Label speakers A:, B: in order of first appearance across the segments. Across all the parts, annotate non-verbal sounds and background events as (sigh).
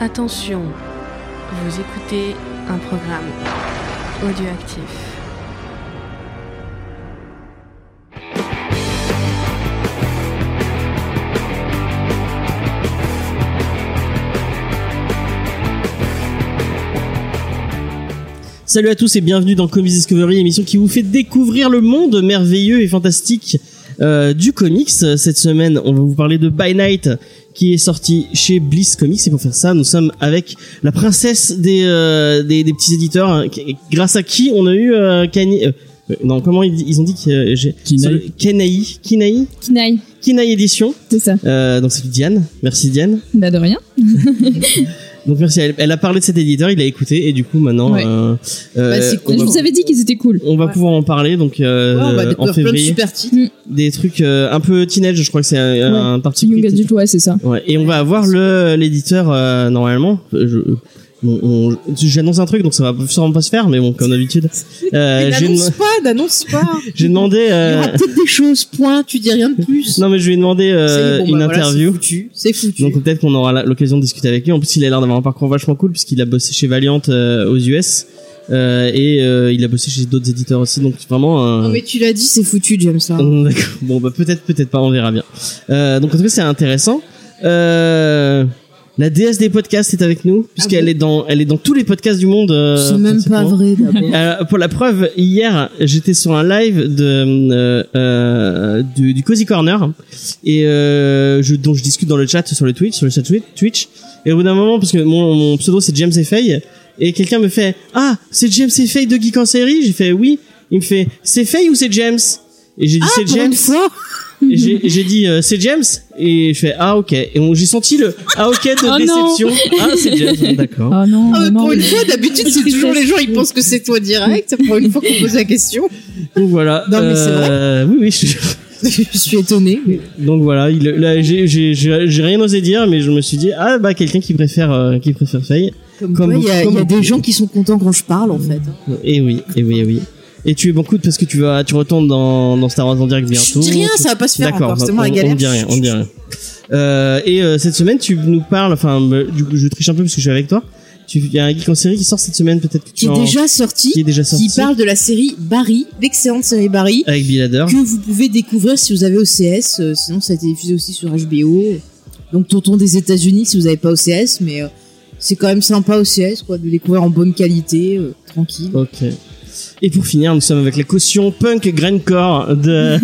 A: Attention, vous écoutez un programme audioactif.
B: Salut à tous et bienvenue dans Comics Discovery, émission qui vous fait découvrir le monde merveilleux et fantastique euh, du comics. Cette semaine, on va vous parler de By Night qui est sorti chez Bliss Comics et pour faire ça, nous sommes avec la princesse des euh, des, des petits éditeurs hein, qui- grâce à qui on a eu euh, Kanye- euh, euh, non, comment ils, ils ont dit que euh, j'ai
C: Kinaï.
B: sur le- Kenaï, Kinaï,
D: Kinaï,
B: Kinaï édition.
D: c'est ça.
B: Euh, donc c'est Diane, merci Diane.
D: Bah de rien.
B: Donc merci, elle, elle a parlé de cet éditeur, il a écouté et du coup maintenant
D: Ouais.
B: euh, euh,
E: c'est
B: on
E: cool.
B: va-
D: Je vous avais dit qu'ils étaient cool.
B: on va pouvoir en parler donc euh,
E: Ouais, on va
B: en
E: découvrir plein de
B: février
E: bah, super titres.
B: des trucs euh, un peu teenage je crois que c'est un, un parti
D: Young
B: pris.
D: Adult, ouais, c'est ça.
B: Ouais, et on va avoir le l'éditeur euh, normalement je on- on- j'annonce un truc donc ça va sûrement pas se faire mais bon comme
E: (laughs)
B: d'habitude euh,
E: Mais
B: j'ai
E: n'annonce
B: dem-
E: pas, n'annonce pas.
B: (laughs) j'ai demandé
E: Il y
B: euh,
E: aura peut-être des choses, point, tu dis rien de
B: (laughs)
E: plus.
B: non mais je lui ai demandé euh,
E: Ça y est, bon, bah,
B: une
E: voilà,
B: interview
E: c'est foutu. C'est foutu.
B: donc peut-être qu'on aura la- l'occasion de discuter avec lui en plus il a l'air d'avoir un parcours vachement cool puisqu'il a bossé chez Valiant euh, aux US euh, et euh, il a bossé chez d'autres éditeurs aussi donc vraiment euh,
E: Non, mais tu l'as dit, c'est foutu, j'aime ça.
B: Bon, d'accord. (laughs) Bon, bah, peut-être, peut-être pas, on verra bien. Euh, donc, en tout cas, c'est intéressant. Euh, la déesse des podcasts est avec
E: Ah,
B: nous, puisqu'elle
E: bon
B: est dans, elle est dans tous les podcasts du monde. euh,
E: c'est même pas
B: pratiquement.
E: vrai
B: (laughs)
E: d'abord.
B: Euh, pour la preuve, hier, j'étais sur un live de euh, euh, du, du Cozy Corner et euh, je, dont je discute dans le chat sur le Twitch, sur le chat Twi- Twitch. Et au bout d'un moment, parce que mon, mon pseudo c'est James Fay et quelqu'un me fait ah c'est James Fay de Geek en série. J'ai fait oui. Il me fait c'est Fay ou c'est James Et j'ai dit c'est
E: Pour
B: James.
E: une fois,
B: Et j'ai et j'ai dit euh, c'est James et je fais ah ok et on- j'ai senti le ah ok de
D: Oh non.
B: déception ah c'est James Bon, d'accord
D: Ah non,
E: Ah, mais
D: non,
E: pour une
D: mais-
E: fois, d'habitude, c'est toujours les gens, ils pensent que c'est toi direct. Pour une fois qu'on pose la question,
B: donc voilà
E: Non, mais c'est vrai.
B: Euh, oui oui (laughs) je suis
E: je suis étonné.
B: Donc voilà, il, là j'ai- j'ai j'ai- j'ai rien osé dire, mais je me suis dit ah bah quelqu'un qui préfère euh, qui préfère Faye.
E: Comme,
B: Comme-
E: quoi, il y a,
B: comme-
E: il y a des gens qui sont contents quand je parle, en fait.
B: Et oui, et oui, et oui. Et tu es bon coup parce que tu vas tu retournes dans, dans Star Wars en direct
E: Je
B: bientôt.
E: dis rien,
B: Tu-
E: ça va pas se faire
B: D'accord,
E: encore. C'est
B: on,
E: moi la
B: on
E: galère.
B: dit rien, on dit rien. Euh, et euh, cette semaine tu nous parles, enfin me- du coup, je triche un peu parce que je suis avec toi. Tu- Il y a un geek en série qui sort cette semaine peut-être que tu
E: Qui est
B: en-
E: déjà sorti,
B: qui est déjà sorti
E: qui parle de la série Barry, l'excellente série Barry.
B: avec Bill Hader.
E: que vous pouvez découvrir si vous avez OCS. euh, sinon, ça a été diffusé aussi sur HBO. Donc, Tonton des États-Unis si vous n'avez pas OCS, mais euh, c'est quand même sympa OCS quoi, de le découvrir en bonne qualité, euh,
B: (laughs)
E: tranquille.
B: Ok. Et pour finir, nous sommes avec la caution punk grindcore de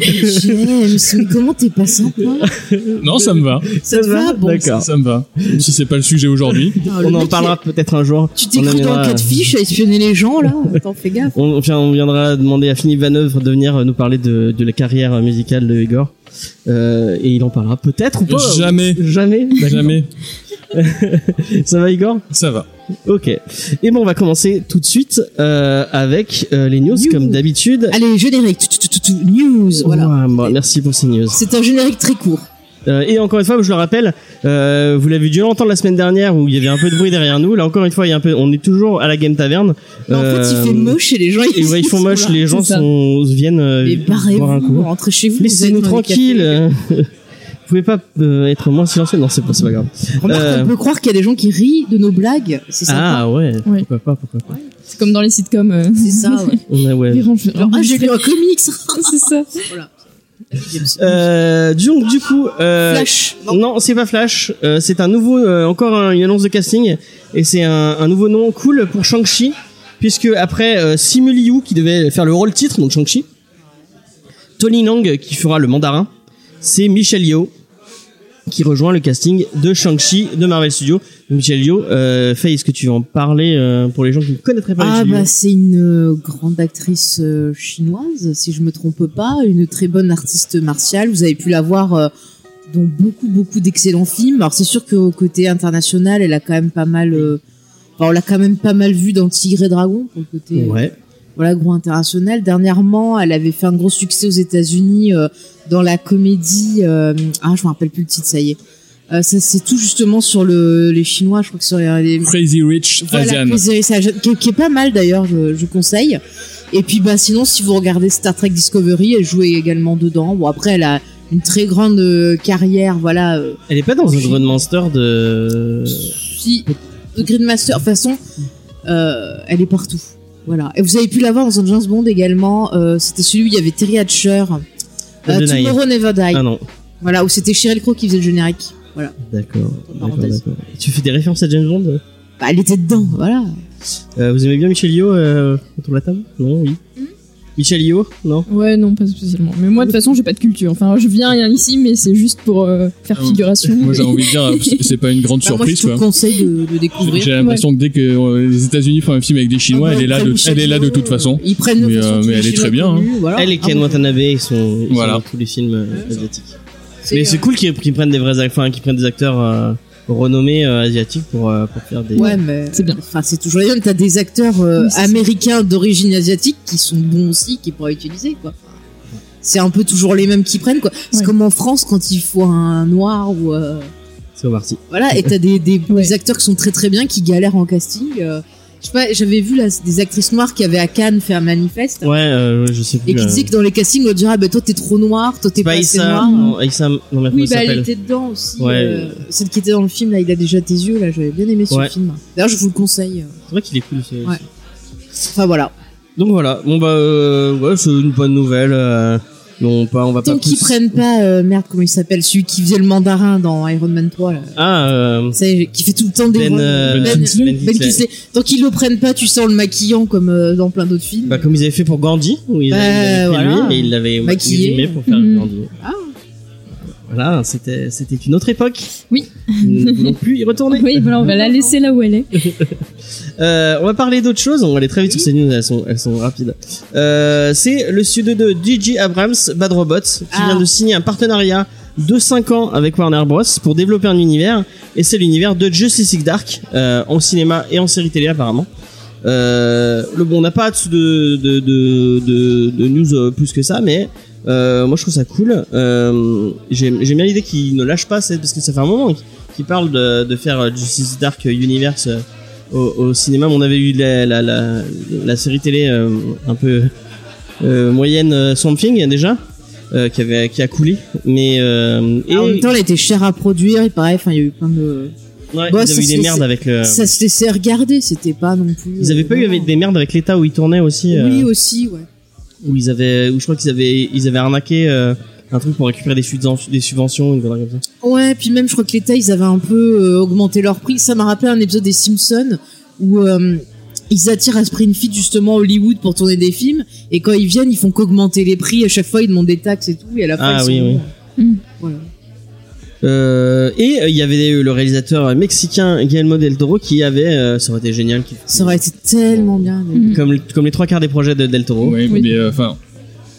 E: James, mais comment t'es pas sympa
C: Non, ça me va.
E: (laughs) Ça te va Bon,
B: D'accord.
C: Ça me va. Même si c'est pas le sujet aujourd'hui.
E: Ah, le
B: On en
E: mec,
B: parlera peut-être un jour.
E: Tu
B: On
E: t'es
B: en euh,
E: cru dans
B: viendra-
E: le cas de fiche à espionner les gens là Attends, fais gaffe.
B: On, on vient- on viendra demander à Philippe Vanœuvre de venir euh, nous parler de, de la carrière euh, musicale de Igor. Euh, et il en parlera peut-être ou pas. hein.
C: Jamais.
B: Jamais.
C: Jamais.
B: Ça va Igor
C: Ça va.
B: Ok. Et bon, on va commencer tout de suite euh, avec euh, les news
E: News.
B: comme d'habitude.
E: Allez, générique. Tout, tout, tout, tout, News. Voilà.
B: Ouais, bon, merci pour ces news.
E: C'est un générique très court.
B: Euh, et encore une fois, je le rappelle, euh, vous l'avez dû l'entendre la semaine dernière où il y avait un peu de bruit derrière nous. Là encore une fois, il y a un peu. On est toujours à la Game Taverne.
E: Mais en fait,
B: Euh,
E: il fait moche et les gens
B: Et ouais, ils font
E: sont
B: moche.
E: là.
B: Les gens
D: c'est ça.
B: sont viennent euh,
E: Mais
B: boire un coup.
E: barrez-vous, rentrez chez vous. vous
B: Laissez-nous
E: êtes dans les
B: tranquille.
E: cafés.
B: euh, (laughs) Vous pouvez pas euh, être moins silencieux Non, c'est pas, c'est pas grave.
E: Remarque,
B: Euh,
E: on peut croire qu'il y a des gens qui rient de nos blagues. C'est sympa.
B: Ah ouais,
D: Ouais.
B: pourquoi pas, pourquoi pas.
D: C'est comme dans les sitcoms. euh,
E: C'est ça,
B: (laughs)
E: ouais.
B: On a- ouais.
D: les ranges-
E: Genre, ah, j'ai lu un comics.
D: (laughs)
E: (laughs)
D: C'est ça.
B: Euh, donc du coup, euh,
E: Flash.
B: Non, c'est pas Flash. euh, c'est un nouveau, euh, encore un- une annonce de casting, et c'est un, un nouveau nom cool pour Shang-Chi, puisque après euh, Simu Liu qui devait faire le rôle titre, donc Shang-Chi, Tony Nang qui fera le mandarin, c'est Michel Yeoh qui rejoint le casting de Shang-Chi de Marvel Studios. Michel Yeoh, euh, Faye, est-ce que tu veux en parler euh, pour les gens qui ne connaîtraient pas
E: Ah
B: Michel Yeoh
E: bah c'est une euh, grande actrice euh, chinoise, si je me trompe pas, une très bonne artiste martiale. Vous avez pu la voir euh, dans beaucoup beaucoup d'excellents films. Alors c'est sûr qu'au côté international, elle a quand même pas mal. euh, enfin, on l'a quand même pas mal vue dans Tigre et Dragon pour le côté. euh,
B: Ouais.
E: voilà, gros international. Dernièrement, elle avait fait un gros succès aux États-Unis euh, dans la comédie. euh, ah, je me rappelle plus le titre, ça y est. Euh, ça, c'est tout justement sur le, les Chinois, je crois que sur les. les-
C: Crazy Rich
E: voilà,
C: Ah, Asian.
E: Crazy Rich Asian, qui, qui est pas mal d'ailleurs, je, je conseille. Et puis, bah, sinon, si vous regardez Star Trek Discovery, elle jouait également dedans. Bon, après, elle a une très grande euh, carrière, voilà. euh,
B: Elle est pas dans un Grand Monster de.
E: si The Green Master, de toute façon, euh, elle est partout. Voilà. Et vous avez pu l'avoir dans un James Bond également. euh, c'était celui où il y avait Terry Hatcher. Euh,
B: GoldenEye.
E: Tomorrow Never Die.
B: Ah non,
E: Voilà, où c'était Sheryl Crow qui faisait le générique. Voilà.
B: d'accord. d'accord,
E: Parenthèse.
B: d'accord. Tu fais des références à James Bond
E: Bah, elle était dedans, voilà.
B: Euh, Vous aimez bien Michel Yo euh, autour de la table Non, oui.
E: Hmm?
B: Michel Yo Non
D: Ouais, non, pas spécialement. Mais moi, de toute façon, j'ai pas de culture. Enfin, je viens ici, mais c'est juste pour euh, faire
C: Euh,
D: figuration. (laughs)
C: Moi j'ai envie de dire, c'est- c'est pas une grande
E: Bah, moi, je
C: surprise
E: te
C: quoi.
E: conseille de, de
C: J'ai
E: découvrir.
C: j'ai l'impression que dès que euh, les États-Unis font un film
E: Ah
C: avec des Chinois,
E: bah,
C: elle est là, de, elle est là de toute façon.
E: Ils prennent de
C: Mais,
E: toute façon
C: euh,
E: tous
C: mais
E: les
C: elle est
E: Chinois
C: très bien, hein.
E: connus, voilà.
B: Elle et
E: Ah
B: Ken
E: bon,
B: Watanabe, ils sont, ils sont
C: Voilà.
B: dans tous les films euh, asiatiques.
E: c'est-
B: Mais c'est cool qu'ils qu'ils prennent des vrais acteurs, enfin, qu'ils prennent des acteurs euh, renommés euh, asiatiques pour, euh, pour faire des.
E: Ouais, mais
D: C'est bien.
E: Enfin, c'est toujours bien. T'as des acteurs euh,
D: Oui, c'est ça.
E: américains d'origine asiatique qui sont bons aussi, qui pourraient utiliser quoi. C'est un peu toujours les mêmes qui prennent quoi. C'est
D: Ouais.
E: comme en France quand il faut un noir ou euh,
B: C'est Omar Sy.
E: voilà. Et t'as des, des,
D: Ouais.
E: des acteurs qui sont très très bien qui galèrent en casting. euh. je sais pas, j'avais vu là des actrices noires qui avaient à Cannes fait un manifeste
B: Ouais, euh, je sais plus.
E: et qui
B: euh,
E: disaient que dans les castings on dirait ah, ben toi t'es trop noir, toi t'es
B: c'est
E: pas
B: pas
E: assez
B: Issa.
E: noir. hein?
B: Non, Issa, non, mais euh, comment
E: Oui,
B: il
E: bah elle
B: s'appelle
E: était dedans aussi.
B: Ouais.
E: euh, celle qui était dans le film, là, il a déjà tes yeux, là, j'avais bien aimé
B: Ouais.
E: ce film. D'ailleurs, je vous le conseille.
B: C'est vrai qu'il est cool. ce-
E: Ouais. Enfin voilà.
B: Donc voilà, bon bah euh, ouais, c'est une bonne nouvelle. euh, non, pas, on va
E: Tant
B: pas.
E: qu'ils
B: pousser-
E: prennent pas, euh, merde, comment il s'appelle, celui qui faisait le mandarin dans Iron Man 3, là.
B: Ah, euh,
E: Vous savez, qui fait tout le temps des
B: Ben,
E: rôles.
B: euh,
E: Ben-
C: Kingsley.
B: Ben
E: Ben
B: Kingsley.
E: Kingsley. Tant qu'ils le prennent pas, tu sens le maquillant comme euh, dans plein d'autres films.
B: Bah, comme ils avaient fait pour Gandhi, où ils
E: Bah,
B: avaient pris
E: voilà.
B: lui et ils l'avaient
E: Maquillé.
B: maquillé pour faire
D: Mhm.
B: Gandhi.
E: Ah.
B: Voilà, c'était c'était une autre époque.
D: Oui.
B: Nous ne voulons plus y retourner.
D: Oui, voilà, on va la laisser là où elle est.
B: Euh, on va parler d'autre chose. On va aller très vite sur ces news. Elles sont, elles sont rapides. Euh, c'est le studio de DJ Abrams, Bad Robot, qui
E: Ah.
B: vient de signer un partenariat de 5 ans avec Warner Bros. pour développer un univers. Et c'est l'univers de Justice League Dark, euh, en cinéma et en série télé apparemment. Euh, le bon, on n'a pas de, de, de, de, de news euh, plus que ça, mais euh, moi je trouve ça cool. Euh, J'aime j'aime bien l'idée qu'ils ne lâchent pas, c'est- parce que ça fait un moment qu'ils qu'ils parlent de, de faire euh, Justice League Dark Universe euh, au, au cinéma. mais On avait eu la, la, la, la série télé euh, un peu euh, moyenne euh, Something déjà, euh, qui, avait, qui a coulé. Mais euh, et,
E: Ah, En même temps, elle était chère à produire, et pareil, enfin, il y a eu plein de.
B: ouais,
E: bah,
B: ils
E: ça
B: avaient eu des
E: se-
B: merdes avec le.
E: Ça se laissait regarder, c'était pas non plus.
B: Euh, Ils avaient pas eu avec des merdes avec l'État où ils tournaient aussi. euh,
E: Oui, aussi, ouais.
B: où ils avaient où je crois qu'ils avaient ils avaient arnaqué euh, un truc pour récupérer des, subven- des subventions une connerie comme ça.
E: Ouais, puis même je crois que l'État ils avaient un peu euh, augmenté leur prix. Ça m'a rappelé un épisode des Simpsons où euh, ils attirent à Springfield justement Hollywood pour tourner des films et quand ils viennent ils font qu'augmenter les prix à chaque fois ils demandent des taxes et tout et à la fin
B: Ah,
E: ils
B: oui,
E: sont-
B: oui.
D: Mm.
E: Voilà.
B: Euh, et euh, il y avait euh, le réalisateur mexicain Guillermo del Toro qui avait euh, ça aurait été génial qu'il-
E: Ça aurait été tellement bien. mais-
D: Mm.
B: comme comme les trois quarts des projets de del Toro.
C: Ouais,
D: Oui.
C: mais euh, enfin.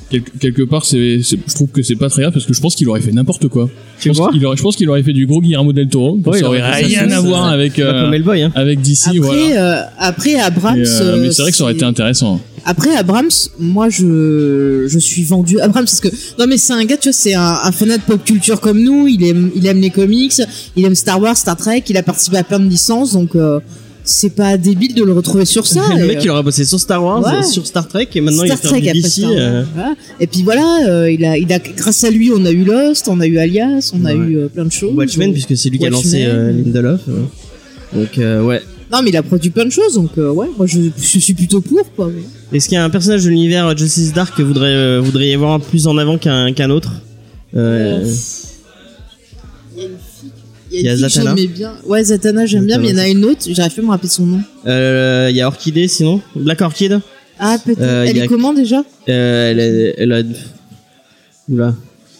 C: quel- quelque part, c'est, c'est- je trouve que c'est pas très grave parce que je pense qu'il aurait fait n'importe quoi.
B: Tu
C: je, pense
B: vois
C: qu'il aurait, je pense qu'il aurait fait du gros Guillermo del Toro. comme
B: Ouais, il
C: ça aurait
B: aurait fait
C: rien
B: ça,
C: à
B: ça,
C: voir
B: ça.
C: avec,
B: Pas
C: euh,
B: comme Hellboy hein.
C: avec DC.
E: Après,
C: voilà.
E: euh, après Abrams.
C: Mais, euh, mais c'est vrai que ça aurait
E: euh,
C: été intéressant.
E: Après Abrams, moi je je suis vendu Abrams parce que non mais c'est un gars tu vois c'est un, un fanat de pop culture comme nous, il aime il aime les comics, il aime Star Wars, Star Trek, il a participé à plein de licences donc euh, c'est pas débile de le retrouver sur ça.
B: (laughs) le
E: Et,
B: mec il aurait bossé sur Star Wars,
E: Ouais.
B: sur Star Trek et maintenant
E: Star
B: il va
E: Trek
B: faire du
E: après
B: DC.
E: Star Wars,
B: euh,
E: voilà. Et puis voilà, euh, il a il a grâce à lui on a eu Lost, on a eu Alias, on a
B: Ouais.
E: eu euh, plein de choses.
B: Watchmen puisque c'est lui qui a lancé
E: Watchmen.
B: euh, Lindelof. euh. Donc euh, ouais.
E: Non mais il a produit plein de choses donc euh, ouais moi je, je suis plutôt pour quoi. ouais.
B: Est-ce qu'il y a un personnage de l'univers Justice Dark que vous voudriez, euh, voudriez voir plus en avant qu'un qu'un autre Euh,
E: Il y a une fille, il y a une fille que
B: Zatanna.
E: j'aimais bien. Ouais, Zatanna, j'aime bien, mais il y en a une autre, j'arrive plus à me rappeler son nom.
B: euh, Il y a Orchidée sinon Black Orchid
E: Ah, peut-être.
B: Euh, il
E: elle
B: y a-
E: est comment déjà
B: euh, elle, a- elle a... Oula.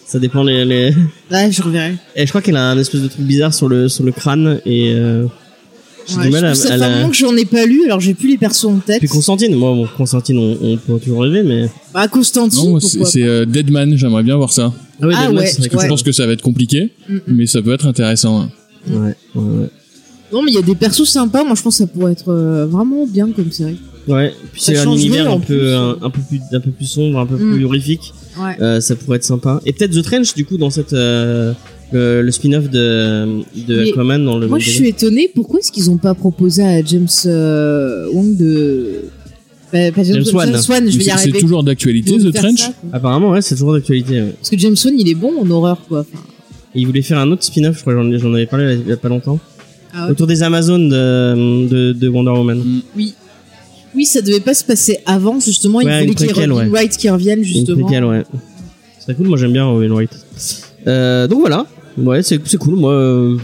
B: Ça dépend les... les-
E: Ah, je reverrai.
B: Et je crois qu'elle a un espèce de truc bizarre sur le, sur le crâne et... Euh... J'ai
E: Ouais,
B: du
E: je
B: mal à...
E: trouve ça
B: à
E: fait un
B: la...
E: moment que j'en ai pas lu, alors j'ai plus les persos en tête.
B: Puis Constantine, moi bon, Constantine on, on peut toujours rêver mais...
E: Bah, Constantine,
C: Non, c'est,
E: pourquoi
C: c'est, euh, Deadman, j'aimerais bien voir ça.
B: ouais,
E: Ah
B: Deadman,
E: ouais,
B: c'est vrai que-
C: Je
E: ouais.
C: pense que ça va être compliqué,
E: pas. Mm, mm.
C: mais ça peut être intéressant. hein.
B: ouais, ouais, ouais.
E: Non, mais il y a des persos sympas, moi je pense que ça pourrait être euh, vraiment bien comme série.
B: Ouais, puis
E: Ça
B: c'est un
E: change
B: univers
E: bien,
B: un
E: en plus.
B: peu, un, un peu plus, un peu plus sombre, un peu
E: Mm.
B: plus horrifique.
E: Ouais.
B: Euh, ça pourrait être sympa. Et peut-être The Trench, du coup, dans cette euh, le, le spin-off de, de
E: Mais
B: Aquaman dans le.
E: Moi
B: même
E: je
B: délire.
E: suis étonnée, pourquoi est-ce qu'ils ont pas proposé à James euh, Wong de Bah, par exemple,
B: James Wan.
E: James Wan, je vais
C: Mais
E: y
C: c'est- C'est
E: arriver.
C: toujours d'actualité,
E: Donc,
C: The
E: faire
C: Trench
E: ça, quoi.
B: Apparemment, ouais, c'est toujours d'actualité. ouais.
E: Parce que James Wan, il est bon en horreur, quoi. Enfin,
B: Et il voulait faire un autre spin-off, je crois, j'en j'en avais parlé il y a pas longtemps.
E: ah ouais.
B: Autour des Amazones de, de, de Wonder Woman.
E: Oui, ça devait pas se passer avant, justement.
B: Ouais,
E: il
B: une
E: fallait qu'il y ait
B: préquelle,
E: Robin
B: ouais.
E: Wright qui revienne, justement.
B: Nickel, ouais. C'est cool, moi j'aime bien Robin Wright. Euh, donc voilà, ouais, c'est c'est cool. Moi, euh,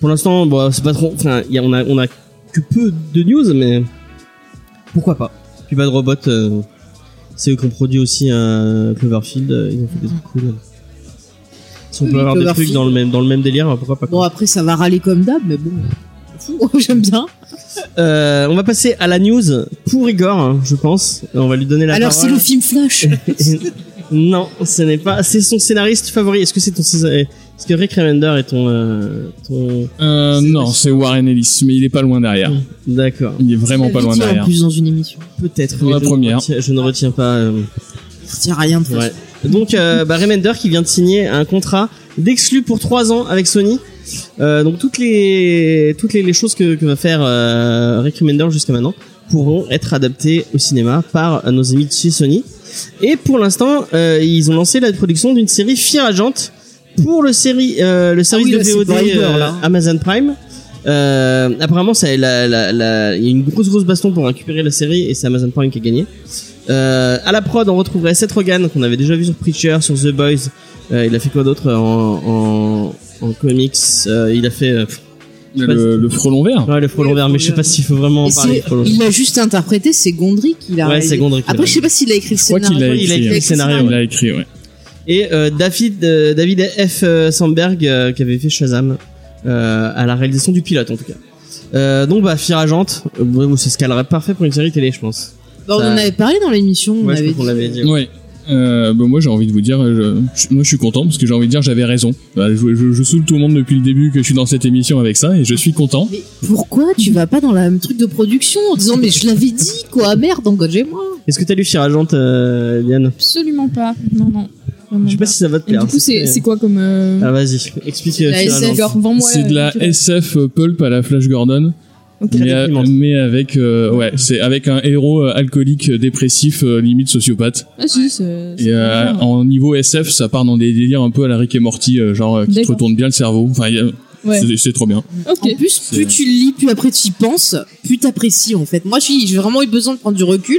B: pour l'instant, bon, c'est pas trop. Enfin, y a- on, a, on a que peu de news, mais pourquoi pas. Puis Bad Robot, euh, c'est eux qui ont produit aussi euh, Cloverfield, euh, ils ont fait des trucs cool. Si on
E: Oui,
B: peut avoir des trucs
E: Cloverfield.
B: dans le même, dans le même délire, pourquoi pas.
E: Bon,
B: quoi.
E: après, ça va râler comme d'hab, mais bon. Moi, (laughs) J'aime bien.
B: Euh, on va passer à la news pour Igor, hein, je pense. On va lui donner la
E: Alors, c'est
B: parole.
E: le film Flash.
B: (laughs) non, ce n'est pas. C'est son scénariste favori. Est-ce que c'est ton scénariste Est-ce que Rick Remender est ton euh, ton
C: Euh,
B: C'est
C: non,
B: pas- Ah.
C: c'est Warren Ellis, mais il est pas loin derrière.
B: D'accord.
C: Il est vraiment pas
E: J'avais
C: loin
E: dit, En
C: derrière.
E: plus, dans une émission.
B: Peut-être.
C: Pour
B: mais
C: la
B: je ne
C: première.
B: retiens- je ne retiens pas. euh,
E: Je retiens rien de toute
B: ouais. Donc, euh, bah, Remender qui vient de signer un contrat d'exclu pour trois ans avec Sony. Euh, donc toutes les toutes les, les choses que, que va faire euh, Rick Remender jusqu'à maintenant pourront être adaptées au cinéma par euh, nos amis de chez Sony. Et pour l'instant, euh, ils ont lancé la production d'une série Fear Agent pour le série euh, le service
E: Ah oui, là,
B: de
E: c'est
B: VOD
E: pour Igor,
B: euh,
E: là.
B: Amazon Prime. Euh, apparemment, ça, la- la- la- il y a une grosse grosse baston pour récupérer la série et c'est Amazon Prime qui a gagné. Euh, à la prod, on retrouverait Seth Rogen qu'on avait déjà vu sur Preacher, sur The Boys. Euh, il a fait quoi d'autre en, en, en comics Euh, Il a fait euh, pff,
C: Le, le frelon vert.
B: ouais, le frelon vert, mais je sais pas s'il faut vraiment en
E: Et
B: parler.
E: c'est-
B: du frelon vert.
E: il l'a juste interprété, c'est Gondry qui l'a.
B: Ouais, c'est Gondry qui l'a
E: Après, je sais pas s'il a écrit le
C: Je crois qu'il
E: scénario.
C: l'a
B: Il a écrit
C: écrit. euh,
B: le scénario.
C: Il l'a écrit, ouais.
B: Et euh, David, euh, David F. euh, Sandberg euh, qui avait fait Shazam euh, à la réalisation du pilote en tout cas. Euh, donc bah Fear Agent, euh, ouais, ça se calerait parfait pour une série télé, je pense.
E: Bah, on
B: Ça-
E: en avait parlé dans l'émission. on
B: Ouais, je
E: avait
B: crois qu'on
E: dit-
B: l'avait dit.
C: Ouais. Euh, bah, moi j'ai envie de vous dire, euh, je, je- moi je suis content parce que j'ai envie de dire j'avais raison. Bah, je, je, je saoule tout le monde depuis le début que je suis dans cette émission avec ça et je suis content.
E: Mais pourquoi tu vas pas dans le même truc de production en disant mais je l'avais dit quoi ah, merde engagez-moi
B: Est-ce que t'as lu Fear Agent, euh, Liane
D: Absolument pas. Non, non. Vraiment
B: Je sais pas
D: pas.
B: si ça va te
D: Et
B: plaire.
D: du coup, c'est c'est quoi comme. euh,
B: Ah vas-y, explique euh,
E: La
B: Fear
E: SF.
B: Agent.
D: Igor, vends-moi.
C: c'est de la
D: euh,
C: SF pulp à la Flash Gordon,
D: Ok.
B: Très
C: mais, à-
B: déprimante.
C: mais avec euh, ouais, c'est avec un héros euh, alcoolique, euh, dépressif, euh, limite sociopathe.
D: Ah, si, c'est.
C: Et
D: c'est
C: euh,
D: bien.
C: en niveau SF, ça part dans des délires un peu à la Rick et Morty, euh, genre euh, qui te
D: D'accord.
C: retourne bien le cerveau. Enfin, il y a-
D: Ouais.
C: c'est- c'est trop bien.
D: Ok.
E: en plus plus tu le lis plus après tu y penses plus t'apprécies en fait moi je suis- j'ai vraiment eu besoin de prendre du recul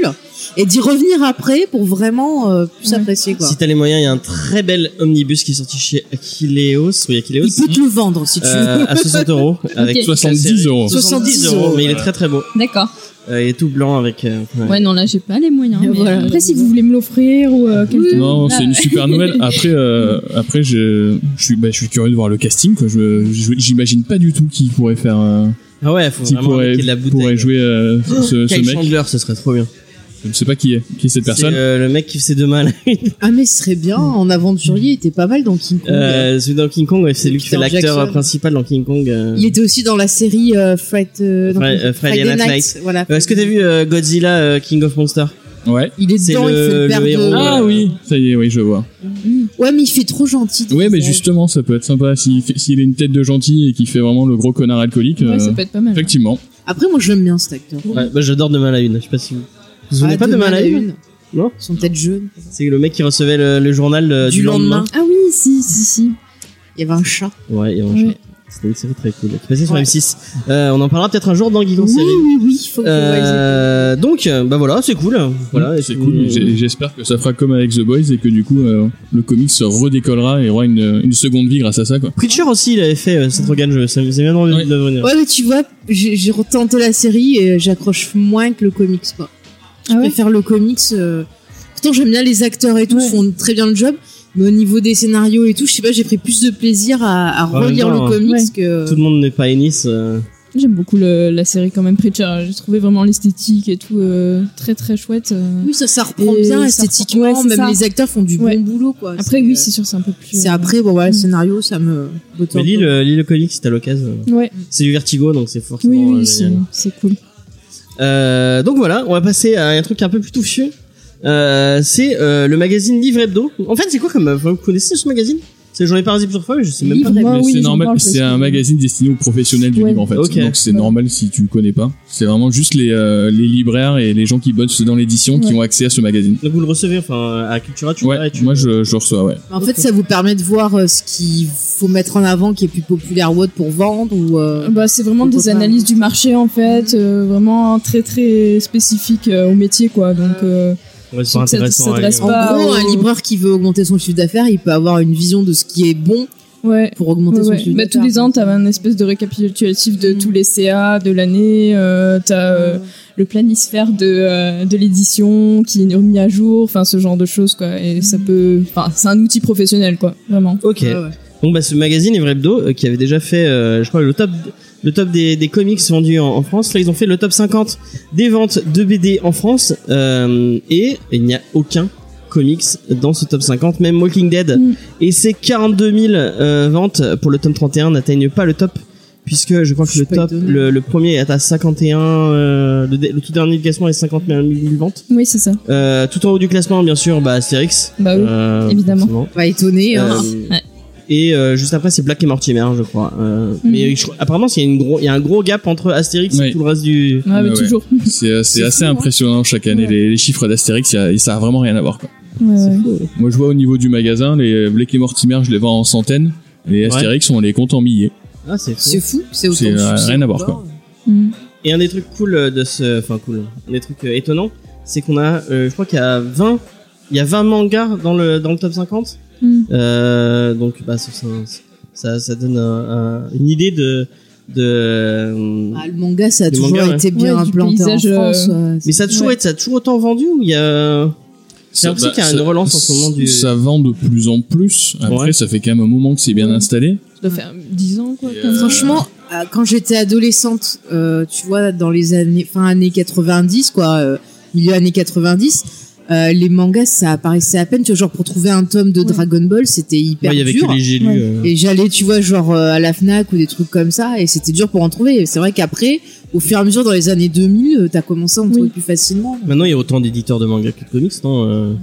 E: et d'y revenir après pour vraiment euh, plus
D: Ouais.
E: apprécier quoi
B: Si t'as les moyens, il y a un très bel omnibus qui est sorti chez Akileos, oui Akileos,
E: il peut te le vendre si tu
B: euh, à 60 euros avec
D: Ok.
B: toute la
C: 70
B: série.
C: euros.
B: 70 euros, mais il est
C: Voilà.
B: très très beau.
D: D'accord.
B: Euh, il est tout blanc avec. euh, ouais.
D: Ouais, non, là, j'ai pas les moyens.
E: Et
D: mais,
E: voilà.
D: euh, Après, si vous voulez me l'offrir ou euh, quelqu'un.
C: Non,
D: là,
C: c'est une
D: (laughs)
C: super nouvelle. Après, euh, après, je, je suis, bah, je suis curieux de voir le casting. Quoi. Je, je- j'imagine pas du tout qui pourrait faire, euh,
B: Ah ouais, faut
C: qui
B: vraiment qu'il
C: pourrait,
B: y ait de la bouteille. (gasps)
C: pourrait
D: (gasps)
C: jouer euh, ce, ce
B: Kyle
C: mec.
B: Chandler, ce serait trop bien.
C: Je ne sais pas qui est, qui est cette
B: C'est
C: personne.
B: euh, le mec qui fait ses deux (laughs) mains. là.
E: ah mais ce serait bien
D: Hmm.
E: en aventurier il était pas mal dans King Kong
B: Euh, celui dans King Kong, ouais, c'est lui qui fait
E: Peter
B: l'acteur euh,
E: Jackson.
B: principal dans King Kong. euh.
E: il était aussi dans la série euh, Fright- euh, dans-
B: Fri- euh, Friday Night
E: voilà
B: Euh, Est-ce que t'as vu euh, Godzilla euh, King of Monsters
C: Ouais.
E: il est
B: c'est
E: dedans il
B: le-
E: fait le
B: le
E: père
B: héros,
E: de
C: Ah
B: euh,
C: oui, ça y est, oui, je vois.
E: ouais mais il fait trop gentil
C: Ouais, mais
E: Ouais.
C: justement, ça peut être sympa s'il fait- s'il a une tête de gentil et qu'il fait vraiment le gros connard alcoolique. euh,
D: Ouais, ça peut être pas mal.
C: effectivement.
E: après moi je l'aime bien cet acteur
B: ouais, bah, J'adore Demain à la Une. Je sais pas si vous. Vous vous souvenez
E: Ah,
B: pas de Demain à la Une Non
E: Ils sont peut-être jeunes.
B: C'est le mec qui recevait le, le journal euh, du,
E: Du lendemain.
D: Ah oui, si, si, si.
E: Il y avait un chat.
B: Ouais, et on
D: Oui.
B: chat. C'était une série très cool. Qui passait sur
E: Ouais.
B: M6. Euh, on en parlera peut-être un jour dans Geek en série.
E: oui, oui, faut que
B: Euh, donc, euh, bah voilà, c'est cool. Voilà,
C: c'est
B: et
C: cool.
B: puis- euh,
C: J'ai- J'espère que ça fera comme avec The Boys et que du coup, euh, le comic se redécollera et aura une, une seconde vie grâce à ça, quoi.
B: Preacher aussi, il avait fait euh, Seth Rogen. Je, ça me faisait bien envie
C: Ouais.
B: de le revenir.
E: Ouais, mais tu vois, j'ai j'ai retenté la série et j'accroche moins que le comics, quoi. Je
D: Ah ouais
E: préfère le comics. euh, Pourtant, j'aime bien les acteurs et tout,
D: Ouais.
E: font très bien le job. Mais au niveau des scénarios et tout, je sais pas, j'ai pris plus de plaisir à, à
B: En même
E: relire
B: temps,
E: le comics
D: ouais.
E: que.
B: Tout le monde n'est pas Ennis. euh,
D: J'aime beaucoup le- la série quand même, Preacher. J'ai trouvé vraiment l'esthétique et tout euh, très très chouette. euh.
E: Oui, ça, ça reprend
D: Et
E: bien
D: ça
E: esthétiquement.
D: reprend- ouais, c'est
E: même
D: ça.
E: les acteurs font du
D: Ouais.
E: bon boulot, quoi.
D: Après, oui, c'est sûr, c'est un peu plus.
E: C'est
D: euh,
E: après, bon, voilà, le
D: Mm.
E: scénario, ça me. botte un
B: Mais lis
E: peu.
B: le, lis le comics si t'as l'occasion.
C: Mm.
D: euh, Ouais.
B: C'est du vertigo, donc c'est
D: Oui,
B: forcément euh,
D: oui, c'est
B: génial.
D: c'est cool.
B: Euh, donc voilà, on va passer à un truc un peu plus touffu. Euh, c'est euh, le magazine Livre Hebdo. En fait, c'est quoi comme. Vous euh, connaissez ce magazine C'est- J'en ai parlé plusieurs fois, mais je sais même pas.
D: Livre et
C: Mais
D: Ah oui,
C: c'est
D: j'en
C: normal,
D: parle parce
C: c'est un
D: que-
C: magazine destiné aux professionnels du
D: Ouais.
C: livre en fait.
B: Ok.
C: Donc c'est
D: Ouais.
C: normal si tu connais pas. C'est vraiment juste les, euh, les libraires et les gens qui bossent dans l'édition qui
D: Ouais.
C: ont accès à ce magazine.
B: Donc vous le recevez, enfin, à Cultura, tu
C: Ouais,
B: vois, et tu-
C: moi je, je
D: (laughs)
C: reçois, ouais.
E: En fait, ça vous permet de voir euh, ce qu'il faut mettre en avant qui est plus populaire ou autre pour vendre ou. euh,
D: Bah, c'est vraiment
E: Pourquoi
D: des
E: pas.
D: analyses du marché en fait, euh, vraiment très très spécifiques euh, au métier quoi. Donc euh,
B: Ouais, c'est pas
D: Ça- ça
B: intéressant. hein, à
D: s'adresse
B: lire.
E: En
D: Bah,
E: gros, un
D: au-
E: libraire qui veut augmenter son chiffre d'affaires, il peut avoir une vision de ce qui est bon
D: ouais.
E: pour augmenter
D: Ouais,
E: son
D: ouais.
E: chiffre
D: Bah,
E: d'affaires.
D: tous les ans, t'as un espèce de récapitulatif de
E: Mm.
D: tous les CA de l'année. Euh, t'as euh, le planisphère de, euh, de l'édition qui est remis à jour. Enfin, ce genre de choses, quoi. Et ça peut. Enfin, c'est un outil professionnel, quoi. Vraiment.
B: Ok.
E: Ouais, ouais.
B: Donc bah, ce magazine Evre Hebdo euh, qui avait déjà fait, euh, je crois, le top, le top des, des comics vendus en, en France. Là, ils ont fait le top 50 des ventes de BD en France euh, et il n'y a aucun comics dans ce top 50, même Walking Dead.
D: Mm.
B: Et ces 42 000 euh, ventes pour le tome 31 n'atteignent pas le top puisque je crois que
E: Je
B: le
E: suis pas
B: top,
E: étonnée.
B: le, le premier est à 51, euh, le, dé- le tout dernier du classement est 51 000 ventes.
D: Oui, c'est ça.
B: Euh, tout en haut du classement, bien sûr, bah Astérix.
D: Bah oui,
B: Euh,
D: évidemment.
B: forcément.
E: Pas étonné. hein.
B: Euh,
D: Ouais.
B: Et euh, juste après, c'est Black et Mortimer, je crois. Euh,
D: Mhm.
B: Mais je crois- apparemment, il y, a une gros, il y a un gros gap entre Astérix
C: Ouais.
B: et tout le reste du.
D: Ouais, Ah, mais
C: ouais.
D: toujours.
C: C'est euh, c'est
D: C'est fou,
C: assez
D: hein.
C: impressionnant chaque année.
D: Ouais.
C: Les, les chiffres d'Astérix, y a- ça a vraiment rien à voir. Quoi.
D: Ouais, (laughs) ouais.
C: Moi je vois au niveau du magasin, les Blake et Mortimer, je les vends en centaines. Les Astérix, on les compte en milliers.
B: Ah, c'est fou.
E: C'est fou, c'est autant
C: C'est,
E: de
C: euh,
E: succès.
C: rien à voir, quoi.
D: Mm.
B: Et un des trucs cool euh, de ce. Enfin, cool. Un des trucs euh, étonnants, c'est qu'on a. euh, je crois qu'il y a 20. Il y a 20 mangas dans le, dans le top 50.
D: Mm.
B: Euh, donc, bah, ça, ça- ça, ça donne un- un- une idée de. de
E: Ah, le manga, ça a
B: Le
E: toujours
B: manga, ouais.
E: été bien
D: Ouais, du
E: implanté
D: paysage,
E: en
D: euh,
E: France. ouais.
B: mais ça a toujours
D: Ouais.
B: été, ça a toujours autant vendu ou il y a. J'ai l'impression
C: bah,
B: qu'il y a une relance en ce moment du-
C: Ça vend de plus en plus. Après,
B: Ouais.
C: ça fait quand même un moment que c'est bien
D: Ouais.
C: installé.
D: Ça doit faire 10 ans, quoi.
C: Et,
D: 15 ans.
C: euh,
E: Franchement, euh, quand j'étais adolescente, euh, tu vois, dans les années, fin années 90, quoi, euh, milieu années 90, euh, les mangas, ça apparaissait à peine. Tu vois, genre pour trouver un tome de
D: Ouais.
E: Dragon Ball, c'était hyper
B: Ouais, il y avait
E: dur.
B: que les gélus.
D: Ouais.
B: euh,
E: Et j'allais, tu vois, genre euh, à la Fnac ou des trucs comme ça, et c'était dur pour en trouver. Et C'est vrai qu'après, au fur et à mesure, dans les années 2000, euh, t'as commencé à en
D: Oui.
E: trouver plus facilement.
B: Maintenant, il y a autant d'éditeurs de manga que de comics, non euh,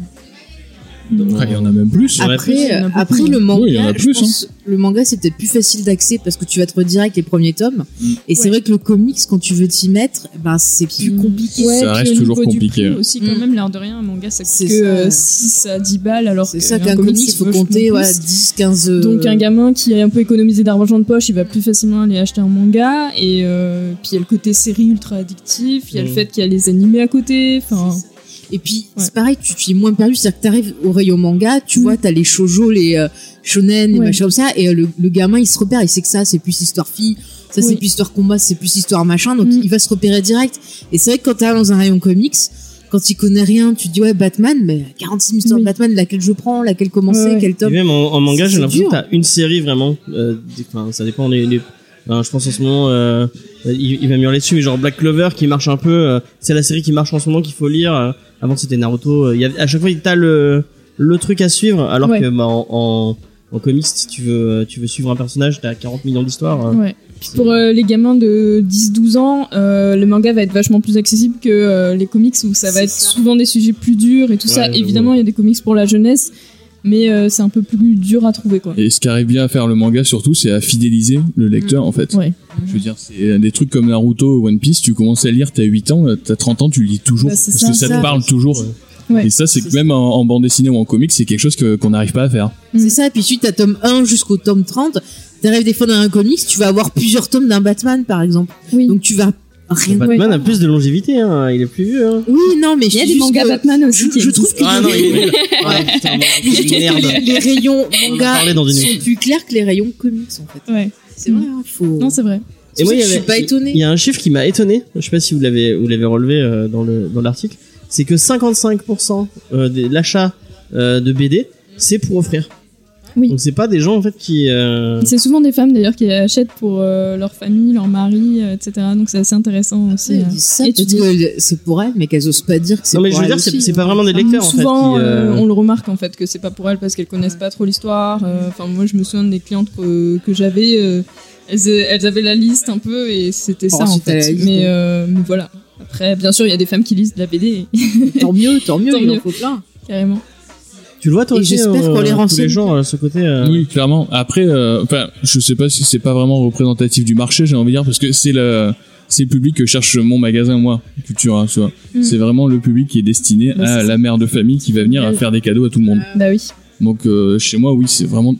D: Mm.
C: Après, il y en a même plus.
B: Ah,
D: plus, il y
E: Après,
D: en a
E: euh,
D: beaucoup,
E: après
D: hein.
E: le manga,
C: Oui, il y en a
E: je
C: plus,
E: pense, le manga c'est peut-être plus facile d'accès parce que tu vas te redirect les premiers tomes.
C: Mm.
E: Et c'est
D: Ouais.
E: vrai que le comics, quand tu veux t'y mettre, ben c'est plus compliqué.
D: Mm. Ouais,
C: Ça
D: puis
C: reste
D: au niveau
C: toujours
D: du
C: compliqué.
D: prix aussi, quand
E: Mm.
D: même, l'air de rien, un manga, ça
E: C'est
D: coûte que
E: ça.
D: euh, 6 à 10 balles, alors
E: C'est
D: que
E: ça
D: un
E: qu'un
D: comic,
E: comics,
D: c'est
E: faut
D: vachement
E: compter
D: plus.
E: ouais, 10, 15 euh,
D: Donc un gamin qui a un peu économisé d'argent de poche, il va plus facilement aller acheter un manga. Et euh, puis il y a le côté série ultra addictif, il y a
E: Mm.
B: Mhm.
D: le fait qu'il y a les animés à côté. Enfin,
E: Et puis,
D: Ouais.
E: c'est pareil, tu, tu es moins perdu. C'est-à-dire que t'arrives au rayon manga, tu
D: Mm.
E: vois, t'as les shoujo, les euh, shonen, les
D: Ouais.
E: machins comme ça, et euh, le, le gamin, il se repère, il sait que ça, c'est plus histoire fille, ça, c'est
D: Oui.
E: plus histoire combat, c'est plus histoire machin, donc
D: Mm.
E: il va se repérer direct. Et c'est vrai que quand t'es dans un rayon comics, quand il connaît rien, tu te dis, ouais, Batman, mais 46 histoires
D: Oui.
E: de Batman, laquelle je prends, laquelle commencer,
D: Ouais, ouais.
E: quel
B: Et
E: tome.
B: même en, en manga,
E: C'est
B: j'ai l'impression que
E: dur.
B: t'as une série vraiment. euh, des- enfin, ça dépend des. des- enfin, je pense en ce moment, euh, il, il va me hurler dessus, mais genre Black Clover qui marche un peu. euh, c'est la série qui marche en ce moment qu'il faut lire. euh, avant c'était Naruto. euh, il y avait- à chaque fois, il t'a le, le truc à suivre. Alors
D: Ouais.
B: que bah, en, en, en comics, si tu veux, euh, tu veux suivre un personnage, t'as 40 millions d'histoires. euh.
D: ouais. Puis pour euh, les gamins de 10-12 ans, euh, le manga va être vachement plus accessible que euh, les comics où ça va
E: C'est
D: être
E: ça.
D: souvent des sujets plus durs et tout
B: Ouais,
D: ça.
B: j'avoue.
D: Évidemment, il y a des comics pour la jeunesse, mais euh, c'est un peu plus dur à trouver quoi.
C: Et ce qui arrive bien à faire le manga surtout, c'est à fidéliser le lecteur en fait.
D: Ouais.
C: Je veux dire, c'est euh, des trucs comme Naruto ou One Piece, tu commences à lire, t'as 8 ans, euh, t'as 30 ans, tu lis toujours.
D: Bah, c'est
C: parce
D: ça,
C: que ça,
E: ça.
C: te parle toujours.
D: Ouais.
C: Et ça, c'est
E: C'est
C: que même en, en bande dessinée ou en comics, c'est quelque chose que- qu'on n'arrive pas à faire.
D: Mm.
E: C'est ça, et puis suite à tome 1 jusqu'au tome 30, t'arrives des fois dans un comics, tu vas avoir plusieurs tomes d'un Batman, par exemple.
D: Oui.
E: Donc tu vas rien.
B: Batman a plus de longévité, hein, il est plus vieux. Hein.
E: Oui, non, mais
D: il y a
E: je
D: des
E: dis
D: mangas
E: juste que-
D: Batman aussi.
E: Je, je trouve
B: Ah
E: que les-
B: nul. Ah, putain,
E: les,
B: merde.
E: les rayons
B: On en
E: manga
B: parlait dans une
E: sont
B: émission.
E: plus clairs que les rayons comics en fait.
D: Ouais.
E: C'est vrai, hein, faut.
D: Mm. Non, c'est vrai.
E: C'est pour ça
B: il y
E: que je
B: avait-
E: suis pas étonnée.
B: Il y a un chiffre qui m'a étonné. Je sais pas si vous l'avez vous l'avez relevé euh, dans le dans l'article. C'est que 55% euh, de l'achat euh, de BD c'est pour offrir.
D: Oui.
B: Donc c'est pas des gens en fait qui. euh,
D: C'est souvent des femmes d'ailleurs qui achètent pour euh, leur famille, leur mari, euh, etc. Donc c'est assez intéressant
E: Ouais,
D: aussi.
E: Ah ils
D: euh.
E: disent ça,
D: Et tu
E: peut-être
D: dis-
E: que c'est pour elles, mais qu'elles osent pas dire que c'est
B: Non mais
E: pour
B: je veux dire
E: elles
B: c'est
E: aussi. hein.
B: c'est pas vraiment des lecteurs en fait.
D: Hum, Souvent,
B: qui, euh,
D: euh, on le remarque en fait que c'est pas pour elles parce qu'elles connaissent pas trop l'histoire. Euh, Enfin, moi, je me souviens des clientes que, que j'avais, euh, elles, elles avaient la liste un peu et c'était
E: Oh,
D: ça en
E: c'était la
D: fait.
E: liste.
D: Mais, euh, mais voilà. Après, bien sûr, il y a des femmes qui lisent de la BD
E: Tant mieux, tant mieux,
D: Tant
E: il en
D: mieux.
E: faut plein.
D: (laughs) carrément.
B: Tu le vois toi
E: Et
B: aussi,
E: j'espère
B: euh,
E: qu'on les
B: tous
E: renseigne.
B: les gens euh, ce côté. euh,
C: Oui, clairement. Après, euh, enfin, je sais pas si c'est pas vraiment représentatif du marché, j'ai envie de dire, parce que c'est le, c'est le public que cherche mon magasin, moi, Cultura, tu vois.
D: Mm.
C: C'est vraiment le public qui est destiné
D: Bah,
C: à
D: c'est Mm.
C: la mère de famille qui va venir à
D: Oui.
C: faire des cadeaux à tout le monde.
E: Ah
D: Bah oui.
C: Donc, euh, chez moi, oui, c'est vraiment,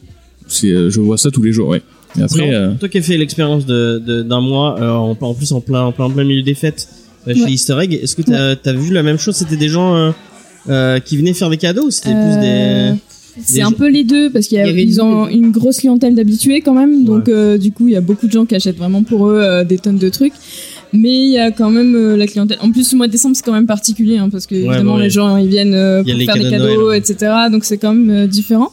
C: c'est, euh, je vois ça tous les jours, ouais. Et après,
B: Vraiment,
C: euh,
B: toi qui as fait l'expérience de- de- d'un mois, euh, en, en plus en plein, en plein, en plein milieu des fêtes euh, chez
D: Ouais.
B: Easter Egg, est-ce que t'as as vu la même chose C'était des gens euh, euh, qui venaient faire des cadeaux ou c'était plus
D: Euh,
B: des
D: C'est
B: des
D: un
B: gens-
D: peu les deux parce
E: Il y avait
D: qu'ils
E: les
D: ont
E: deux.
D: une grosse clientèle d'habitués quand même, donc euh, du coup il y a beaucoup de gens qui achètent vraiment pour eux euh, des tonnes de trucs. Mais il y a quand même euh, la clientèle. En plus, le mois de décembre, c'est quand même particulier hein, parce que évidemment
B: bah oui.
D: les gens ils viennent euh,
B: Il y a
D: pour
B: les
D: faire des
B: cadeaux de
D: cadeaux,
B: Noël, hein.
D: etc. Donc c'est quand même euh, différent.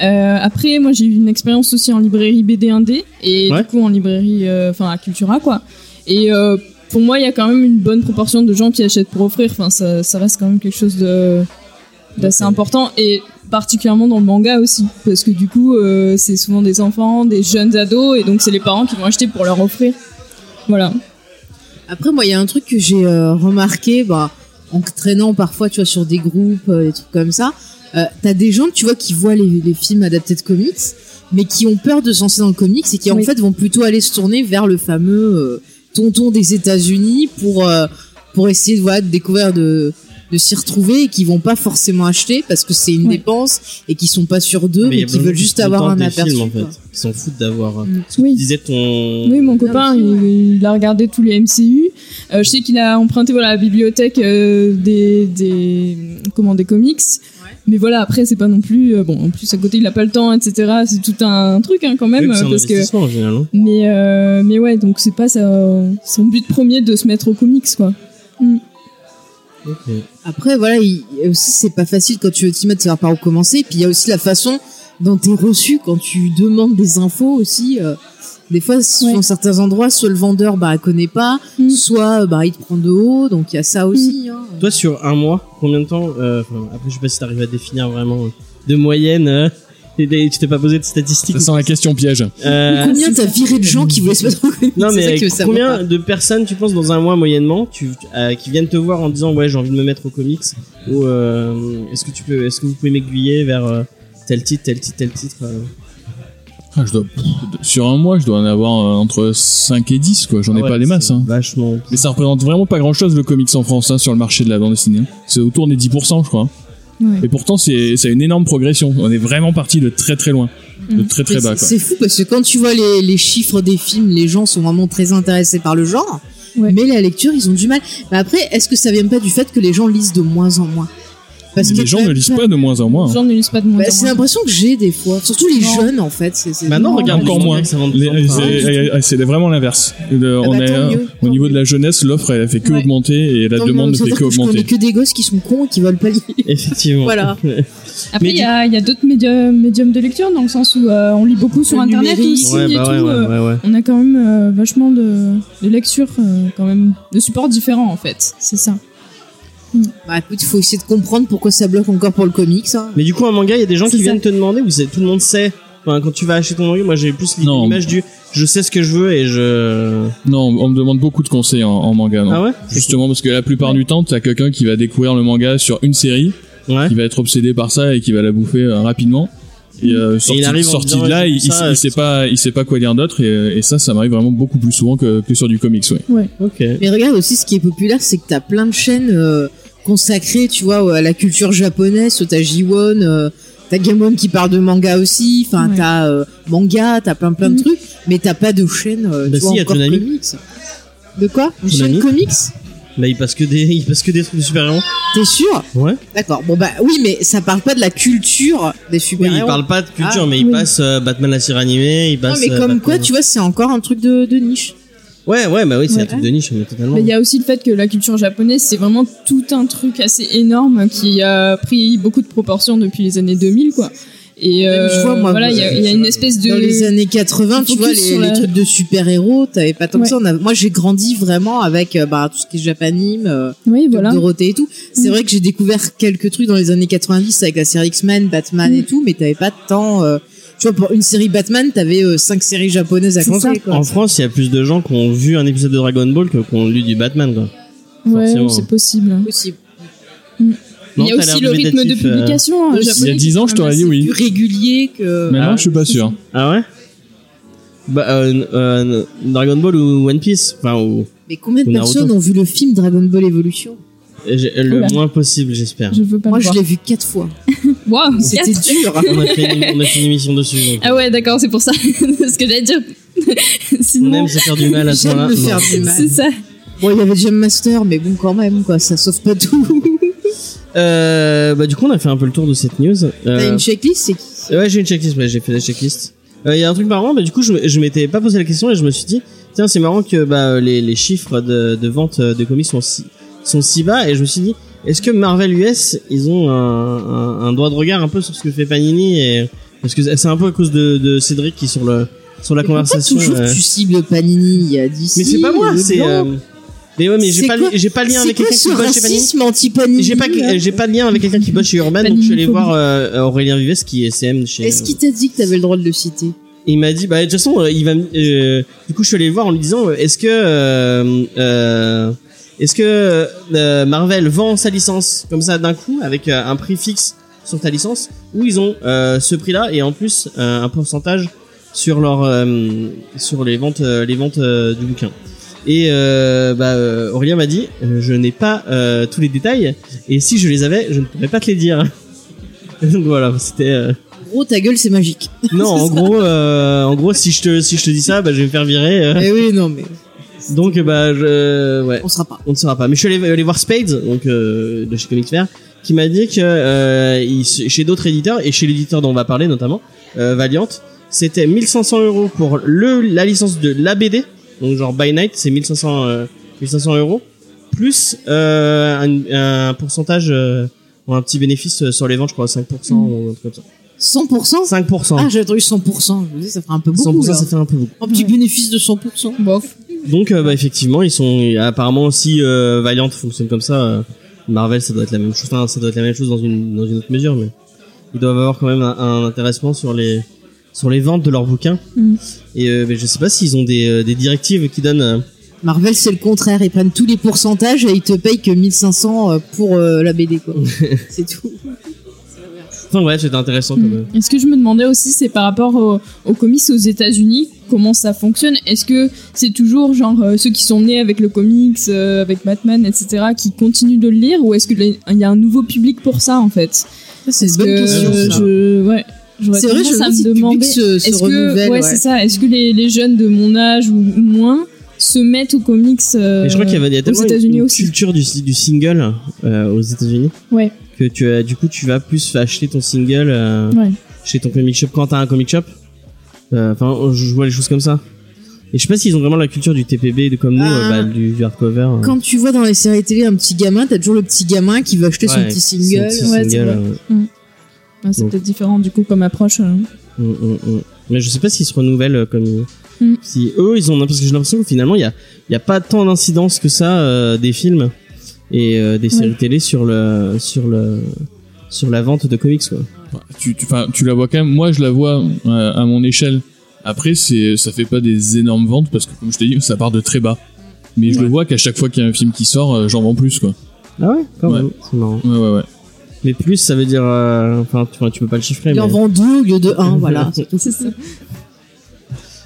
D: Euh, après, moi j'ai eu une expérience aussi en librairie BD1D et
B: Ouais.
D: du coup en librairie, euh, enfin à Cultura quoi. Et euh, pour moi, il y a quand même une bonne proportion de gens qui achètent pour offrir. Enfin, ça, ça reste quand même quelque chose de d'assez
B: Ouais.
D: important et particulièrement dans le manga aussi parce que du coup euh, c'est souvent des enfants des jeunes ados et donc c'est les parents qui vont acheter pour leur offrir voilà
E: Après, moi, il y a un truc que j'ai euh, remarqué, bah, en traînant parfois, tu vois, sur des groupes, euh, des trucs comme ça. Euh, T'as des gens, tu vois, qui voient les, les films adaptés de comics, mais qui ont peur de se lancer dans le comics et qui, en
D: Oui.
E: fait, vont plutôt aller se tourner vers le fameux euh, tonton des États-Unis pour euh, pour essayer voilà, de découvrir de de s'y retrouver et qui vont pas forcément acheter parce que c'est une
D: Ouais.
E: dépense et qui sont pas sûrs d'eux
B: il y
E: mais,
B: a
E: qui
B: plein de
E: veulent
B: gens
E: juste
B: qui
E: avoir
B: tentent
E: un
B: des
E: aperçu
B: films, en
E: quoi.
B: fait. Ils s'en foutent d'avoir. euh,
E: Mm.
B: Tu
D: oui
B: disais ton.
D: oui mon copain
E: mais
D: il, il a regardé tous les MCU Euh, je sais qu'il a emprunté voilà la bibliothèque euh, des des comment des comics mais voilà après c'est pas non plus euh, bon en plus à côté il a pas le temps etc c'est tout un truc hein, quand même
B: Oui, c'est un
D: euh, parce que
B: investissement, en général, hein.
D: mais euh, mais ouais donc c'est pas ça, son but premier de se mettre aux comics quoi
B: Ok.
E: Après, voilà, il, et aussi, c'est pas facile quand tu veux t'y mettre, savoir par où commencer. Et puis, il y a aussi la façon dont t'es reçu quand tu demandes des infos aussi. euh, des fois, sur
D: Ouais.
E: certains endroits, soit le vendeur, bah, il connaît pas,
D: Mm.
E: soit, euh, bah, il te prend de haut. Donc, il y a ça aussi, hein.
B: Toi, sur un mois, combien de temps euh, enfin, Après, je sais pas si t'arrives à définir vraiment euh, de moyenne. euh, et des- tu t'es pas posé de statistiques.
C: ça sent la question piège.
B: Euh,
E: Combien t'as viré de gens qui voulaient se mettre au comics
B: Non
E: (laughs) C'est ça
B: mais
E: qu'il veut savoir.
B: combien de personnes tu penses dans un mois moyennement tu, euh, qui viennent te voir en disant ouais j'ai envie de me mettre aux comics ou euh, est-ce que tu peux est-ce que vous pouvez m'aiguiller vers euh, tel titre tel titre tel titre euh
C: Ah, je dois, pff, sur un mois, je dois en avoir euh, entre 5 et 10, quoi. J'en ai
B: Ah ouais,
C: pas des masses,
B: c'est
C: hein.
B: Vachement.
C: Mais ça représente vraiment pas grand chose le comics en France hein, sur le marché de la bande dessinée. C'est autour des 10%, je crois.
D: Ouais.
C: Et pourtant, c'est c'est une énorme progression. On est vraiment parti de très très loin. De
D: Mm.
C: très
E: Mais
C: très bas,
E: c'est-
C: quoi.
E: C'est fou parce que quand tu vois les, les chiffres des films, les gens sont vraiment très intéressés par le genre.
D: Ouais.
E: Mais la lecture, ils ont du mal. Mais après, est-ce que ça vient pas du fait que les gens lisent de moins en moins Parce
C: Les
E: que
C: gens ne lisent pas de moins en moins.
D: Les
C: hein.
D: gens ne lisent pas de moins
E: Bah,
D: en
E: c'est
D: moins.
E: l'impression que j'ai des fois, surtout les
D: Non.
E: jeunes en fait. C'est, c'est-
B: Bah non, regarde
C: Encore
B: les hein.
C: moins.
B: gens qui s'inventent
C: Les-
B: des enfants.
E: du tout.
C: euh, c'est- C'est vraiment l'inverse. Le-
E: bah,
C: on est,
E: tant
C: euh,
E: mieux,
C: au
E: tant
C: niveau de la jeunesse, l'offre elle a fait que
E: Ouais.
C: augmenter et la
E: Non, mais
C: demande ne
E: ça veut
C: fait
E: dire
C: que
E: que je connais
C: augmenter.
E: que des gosses qui sont cons et qui veulent pas lire.
B: Effectivement. (laughs)
E: Voilà.
D: Après,
B: Mais
D: il y a, il y a d'autres médiums, médiums de lecture dans le sens où euh, on lit beaucoup sur
E: Le
D: internet
E: numérique.
D: aussi
B: Ouais
D: et
B: bah
D: tout.
B: ouais, ouais
D: euh,
B: ouais ouais.
D: On a quand même euh, vachement de, de lectures, euh, quand même, de supports différents en fait. C'est ça.
E: Bah écoute, faut essayer de comprendre pourquoi ça bloque encore pour le comics. hein.
B: Mais du coup un manga il y a des gens qui
D: C'est ça.
B: viennent te demander ou c'est- tout le monde sait. Enfin, quand tu vas acheter ton manga, moi j'ai plus
C: Non.
B: l'image du je sais ce que je veux et je.
C: Non, on me demande beaucoup de conseils en, en manga. non.
B: Ah ouais.
C: Justement parce que la plupart du temps, t'as quelqu'un qui va découvrir le manga sur une série,
B: Ouais.
C: qui va être obsédé par ça et qui va la bouffer euh, rapidement. Et, euh, sorti,
B: arrive en
C: sorti
B: disant,
C: de là,
B: j'ai
C: il,
B: vu
C: il-
B: ça,
C: il
B: euh,
C: sait pas, il sait pas quoi lire d'autre et, et ça, ça m'arrive vraiment beaucoup plus souvent que, que sur du comics, ouais.
B: Ok.
E: Mais regarde aussi, ce qui est populaire, c'est que t'as plein de chaînes euh, consacrées, tu vois, à la culture japonaise. T'as J1, euh, t'as Game One qui parle de manga aussi. Enfin,
D: Ouais.
E: t'as euh, manga, t'as plein plein de
D: Mhm.
E: trucs. Mais t'as pas de chaîne, euh,
B: Bah
E: tu vois,
B: si, y a
E: encore
B: Toonami.
E: comics. De quoi Une
B: Toonami.
E: chaîne comics
B: Là Bah, il passe que des (laughs) il passe que des trucs de super héros.
E: T'es sûr
B: Ouais.
E: D'accord. Bon bah oui, mais ça parle pas de la culture des
B: Oui,
E: super
B: il parle pas de culture,
E: Ah,
B: mais il
D: oui.
B: passe euh, Batman la série animée, il
E: Non,
B: passe.
E: mais
B: euh,
E: comme
B: Batman-
E: quoi, tu vois, c'est encore un truc de, de niche.
B: Ouais, ouais, bah oui, c'est un
E: Ouais.
B: truc de niche, mais totalement.
D: Mais il y a aussi le fait que la culture japonaise, c'est vraiment tout un truc assez énorme qui a pris beaucoup de proportions depuis les années 2000, quoi. Et euh,
E: Même, je vois, moi,
D: voilà, il y, a- il y a une espèce de.
E: Dans les années 80, tu
D: focus
E: vois, les,
D: sur la-
E: les trucs de super-héros, t'avais pas tant que
D: Ouais.
E: ça. On avait- Moi, j'ai grandi vraiment avec euh, bah, tout ce qui est japanime, euh,
D: Oui, voilà.
E: Dorothée et tout. C'est
D: Mm.
E: vrai que j'ai découvert quelques trucs dans les années 90 avec la série X-Men, Batman
D: Mm.
E: et tout, mais t'avais pas tant... euh, tu vois, pour une série Batman, t'avais euh, cinq séries japonaises à
D: C'est
E: compter,
D: ça.
E: quoi.
B: En France, il y a plus de gens qui ont vu un épisode de Dragon Ball que qui ont lu du Batman, quoi.
D: Ouais,
B: forcément.
D: c'est possible.
E: Possible.
B: Non,
D: il y a
B: t'as l'air
D: aussi le rythme de
B: dubitatif, euh.
D: publication euh,
E: Il y a
D: japonais.
C: 10 ans, je
D: qui est quand
C: t'aurais dit
D: même
C: oui.
E: plus régulier que.
C: Maintenant,
B: Ah.
C: je suis pas sûr.
B: Ah ouais Bah, euh, euh, Dragon Ball ou One Piece Enfin, ou-
E: Mais combien de
B: Ou Naruto.
E: personnes ont vu le film Dragon Ball Evolution
B: j'ai- le
D: Oula.
B: moins possible,
E: (laughs)
B: j'espère.
D: assez- Je veux pas
E: Moi,
D: le
E: je
D: voir.
E: l'ai vu quatre fois.
D: Waouh, c'est-
E: C'était
D: (laughs)
E: dur.
B: on, a fait une, on a fait une émission dessus. donc.
D: Ah ouais, d'accord, c'est pour ça. (laughs) ce que j'allais dire.
B: on
D: Sinon,
B: aime se faire du mal à ce
E: J'aime
B: moment-là.
E: me faire
B: Non.
E: du mal.
D: c'est ça.
E: Bon, il y avait Jump Master, mais bon, quand même, quoi, ça sauve pas tout.
B: Euh, bah, du coup, on a fait un peu le tour de cette news. Euh,
E: T'as une checklist, c'est qui
B: Ouais, j'ai une checklist, ouais, j'ai fait la checklist. Il y a un truc marrant, bah, du coup, je, m- je m'étais pas posé la question et je me suis dit, tiens, c'est marrant que bah, les, les chiffres de, de vente euh, de comics sont si, sont si bas et je me suis dit, est-ce que Marvel US, ils ont un, un, un droit de regard un peu sur ce que fait Panini et, Parce que c'est un peu à cause de, de Cédric qui est sur, le, sur la
E: Pourquoi
B: conversation.
E: toujours
B: euh,
E: tu cibles Panini Il y a d'ici.
B: Mais c'est pas moi,
E: le
B: c'est.
E: blanc.
B: euh, Mais ouais, mais j'ai
E: C'est
B: pas,
E: quoi-
B: j'ai pas le lien
E: C'est
B: avec
E: quoi
B: quelqu'un
E: ce
B: qui bosse chez Panini.
E: racisme anti-Panini
B: J'ai pas, euh,
E: là
B: j'ai pas de lien avec quelqu'un qui bosse chez Urban, donc je suis allé voir euh, Aurélien Vives qui est CM chez.
E: Est-ce qu'il t'a dit que t'avais le droit de le citer
B: Et il m'a dit, bah de toute façon, euh, il va. me- euh, du coup, je suis allé le voir en lui disant, euh, est-ce que, euh, euh, est-ce que euh, Marvel vend sa licence comme ça d'un coup avec euh, un prix fixe sur ta licence, ou ils ont euh, ce prix-là et en plus euh, un pourcentage sur leur euh, sur les ventes euh, les ventes euh, du bouquin. Et euh, bah, euh, Aurélien m'a dit, euh, je n'ai pas euh, tous les détails et si je les avais, je ne pourrais pas te les dire. (laughs) Donc voilà, c'était. euh,
E: En gros, ta gueule, c'est magique.
B: non, en gros, euh, en gros, si je te si je te dis ça, bah, je vais me faire virer. euh.
E: Eh oui, non, mais
B: donc bah je, ouais,
E: on sera pas.
B: on ne saura pas. Mais je suis allé, allé voir Spades, donc euh, de chez Comics Fair, qui m'a dit que euh, il- chez d'autres éditeurs et chez l'éditeur dont on va parler notamment, euh, Valiant, c'était 1500 euros pour le la licence de la BD, donc genre By Night, c'est 1500 euh, 1500 euros plus euh, un, un pourcentage. euh, un petit bénéfice euh, sur les ventes, je crois, 5% ou un truc comme
E: 100%
B: ça. 5%.
E: Ah, j'ai entendu 100%. Je me dis, ça fera un peu beaucoup. hein.
B: 100%,
E: là.
B: ça fait un peu beaucoup.
E: Un petit bénéfice de 100%.
D: Bof.
B: Donc euh, bah, effectivement, ils sont apparemment si euh, Valiant fonctionne comme ça, euh, Marvel ça doit être la même chose. Enfin, ça doit être la même chose dans une dans une autre mesure, mais ils doivent avoir quand même un, un intéressement sur les sur les ventes de leurs bouquins.
D: Mm.
B: Et euh, mais je sais pas s'ils ont des, euh, des directives qui donnent. euh,
E: Marvel, c'est le contraire. Ils prennent tous les pourcentages et ils te payent que 1500 euh, pour euh, la
B: (laughs)
E: BD, quoi. c'est tout.
B: Enfin ouais, c'était intéressant quand même.
D: Mm. Est-ce que je me demandais aussi, c'est par rapport au- aux comics aux États-Unis, comment ça fonctionne Est-ce que c'est toujours genre euh, ceux qui sont nés avec le comics, euh, avec Batman, etc., qui continuent de le lire, ou est-ce qu'il y a un nouveau public pour ça en fait
E: C'est une
D: Parce
E: bonne
D: que
E: question.
B: Ouais,
D: euh,
B: ça.
D: je, ouais, j'aurais
E: C'est vrai, je
D: tendance
E: me
D: à
E: demande si
D: me
E: le public se,
D: demander.
E: se
D: Est-ce que,
E: renouvelle.
D: ouais,
E: ouais.
D: c'est ça. Est-ce que les, les jeunes de mon âge ou moins se mettent aux comics euh,
B: Et je crois qu'il y avait il y a tellement une,
D: États-Unis
B: une
D: aussi.
B: culture du, du single euh, aux États-Unis
D: Ouais.
B: que tu as, du coup tu vas plus acheter ton single euh,
D: Ouais.
B: chez ton comic shop quand t'as un comic shop. Euh, Enfin, je vois les choses comme ça. Et je sais pas s'ils ont vraiment la culture du TPB de comme nous,
E: Ah.
B: euh, bah, du, du hardcover. euh.
E: Quand tu vois dans les séries télé un petit gamin, t'as toujours le petit gamin qui veut acheter son
B: Ouais,
E: petit
B: son
E: single.
B: petit
D: Ouais, c'est
B: single,
D: vrai.
B: euh,
D: Ouais, Ah, c'est
B: Donc.
D: peut-être différent du coup comme approche. euh.
B: Mm, mm, mm. Mais je sais pas s'ils se renouvellent euh, comme
D: Mm.
B: si eux ils ont parce que j'ai l'impression que finalement il y a il y a pas tant d'incidence que ça euh, des films et euh, des séries télé sur le sur le sur la vente de comics quoi.
C: Tu, tu, enfin, tu la vois quand même. Moi, je la vois euh, à mon échelle. Après, c'est, ça fait pas des énormes ventes parce que, comme je t'ai dit, ça part de très bas. Mais je
B: Ouais.
C: le vois qu'à chaque fois qu'il y a un film qui sort, euh, j'en vends plus, quoi.
B: Ah ouais, quand
C: Ouais.
B: même, c'est marrant.
C: Ouais, ouais, ouais.
B: Mais plus ça veut dire euh, enfin tu, enfin, tu peux pas le chiffrer
E: Il en
B: mais-
E: vend deux au lieu de un,
B: (laughs)
E: voilà. c'est tout.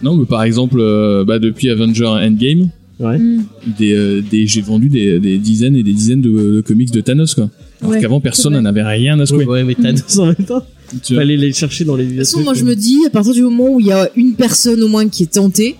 C: Non, mais par exemple, euh, bah, depuis Avenger Endgame,
D: Mm.
C: des, euh, des, j'ai vendu des, des dizaines et des dizaines de, de comics de Thanos, quoi. Alors
D: Ouais.
C: qu'avant, personne
D: C'est vrai.
C: n'en avait rien à secouer.
B: Ouais, ouais, mais t'as 200 en même temps.
C: Tu vois.
B: Fallait les chercher dans les vieux
E: De toute façon,
B: trucs,
E: moi, je
B: quoi.
E: me dis, à partir du moment où il y a une personne au moins qui est tentée,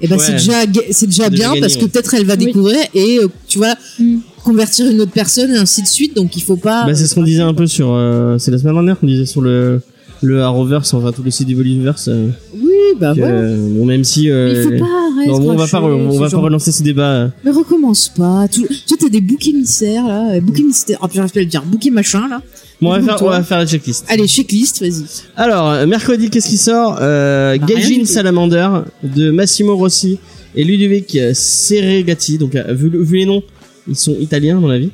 E: eh ben,
B: Ouais.
E: c'est déjà, ga- c'est déjà
B: C'est déjà
E: bien
B: gagné,
E: parce que
B: ouais.
E: peut-être elle va
D: Oui.
E: découvrir et, euh, tu vois,
D: Mm.
E: convertir une autre personne et ainsi de suite. Donc, il faut pas.
B: Bah, c'est ce qu'on disait un peu sur. euh, c'est la semaine dernière qu'on disait sur le le Arrowverse, enfin tous les sites du Boliverse. euh,
E: Oui, bah,
B: que,
E: voilà.
B: euh, bon, même si. euh,
E: Mais il faut pas arrêter.
B: non, bon, on va
E: de
B: pas, re-
E: cracher,
B: on
E: ce
B: va pas
E: genre.
B: relancer ce débat. euh.
E: Mais recommence pas. tout- Tu sais, t'as des boucs émissaires, là. euh, Boucs émissaires. Ah, putain, je vais le dire. Boucs et machin, là.
B: Bon, on va
E: Dis-nous,
B: faire, on
E: toi.
B: va faire la checklist.
E: Allez, checklist, vas-y.
B: Alors, euh, mercredi, qu'est-ce qui sort euh,
E: Bah, rien du
B: Gaijin
E: tout.
B: Salamander de Massimo Rossi et Ludovic euh, Serregati. Donc, euh, vu, le- vu les noms, ils sont italiens, à mon avis.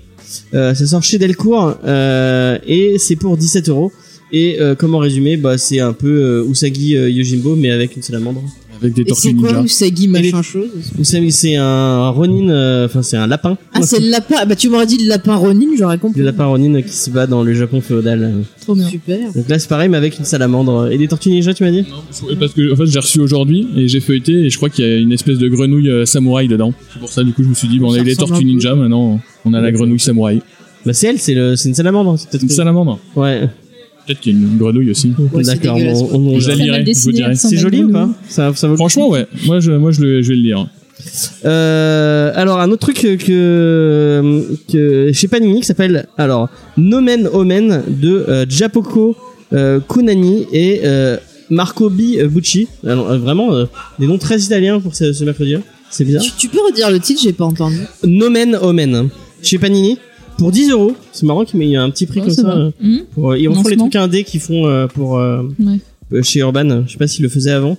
B: Euh, ça sort chez Delcourt euh, et c'est pour 17 euros. Et euh, comment résumer bah, C'est un peu euh, Usagi euh, Yojimbo, mais avec une salamandre.
C: avec des
E: Et c'est
C: tortues
E: quoi
C: ninja.
E: Usagi
B: Elle
E: machin
B: est-
E: chose
B: C'est c'est un Ronin, euh, enfin c'est un lapin.
E: Ah, c'est le lapin. Ah, Bah, tu m'aurais dit le lapin Ronin, j'aurais compris.
B: Le lapin Ronin qui se bat dans le Japon féodal.
D: Trop bien.
E: Super.
B: Donc là c'est pareil mais avec une salamandre et des tortues ninja tu m'as dit
C: Ouais, Parce que en fait, j'ai reçu aujourd'hui et j'ai feuilleté et je crois qu'il y a une espèce de grenouille euh, samouraï dedans. C'est pour ça, du coup, je me suis dit, bon, on a
E: Ça
C: eu les
E: ressemble
C: tortues
E: un peu.
C: ninja, maintenant on a la grenouille samouraï.
B: Bah c'est elle, c'est le- c'est une salamandre. c'est peut-être
C: Une
B: que-
C: salamandre.
B: Ouais.
C: Peut-être qu'il y a une grenouille aussi.
E: Ouais, c'est
B: D'accord.
E: dégueulasse,
B: on- on- on-
C: Je la
D: mal
C: lirai, je vous
D: dessiné,
C: dirai.
D: elle ressemble
B: C'est
D: à
B: joli ou
D: Grenouille.
B: pas ça, ça vaut le coup
C: Franchement, ouais. Moi, je, moi je, le, je vais le lire.
B: Euh, alors un autre truc que que chez Panini qui s'appelle alors Nomen Omen de euh, Japoko euh, Kunani et euh, Marco B Bucci. Alors, euh, vraiment euh, des noms très italiens pour ce, ce mercredi. C'est bizarre.
E: Tu, tu peux redire le titre, j'ai pas entendu.
B: Nomen Omen chez Panini pour 10 euros. C'est marrant qu'il y a un petit prix
D: Ouais,
B: comme
D: ça
B: ça.
D: va.
B: euh,
D: Mhm.
B: pour- ils refont les
D: Lancement.
B: trucs indés qu'ils font euh, pour euh,
D: Hum, Ouais.
B: euh, chez Urban. Je sais pas s'ils le faisaient avant,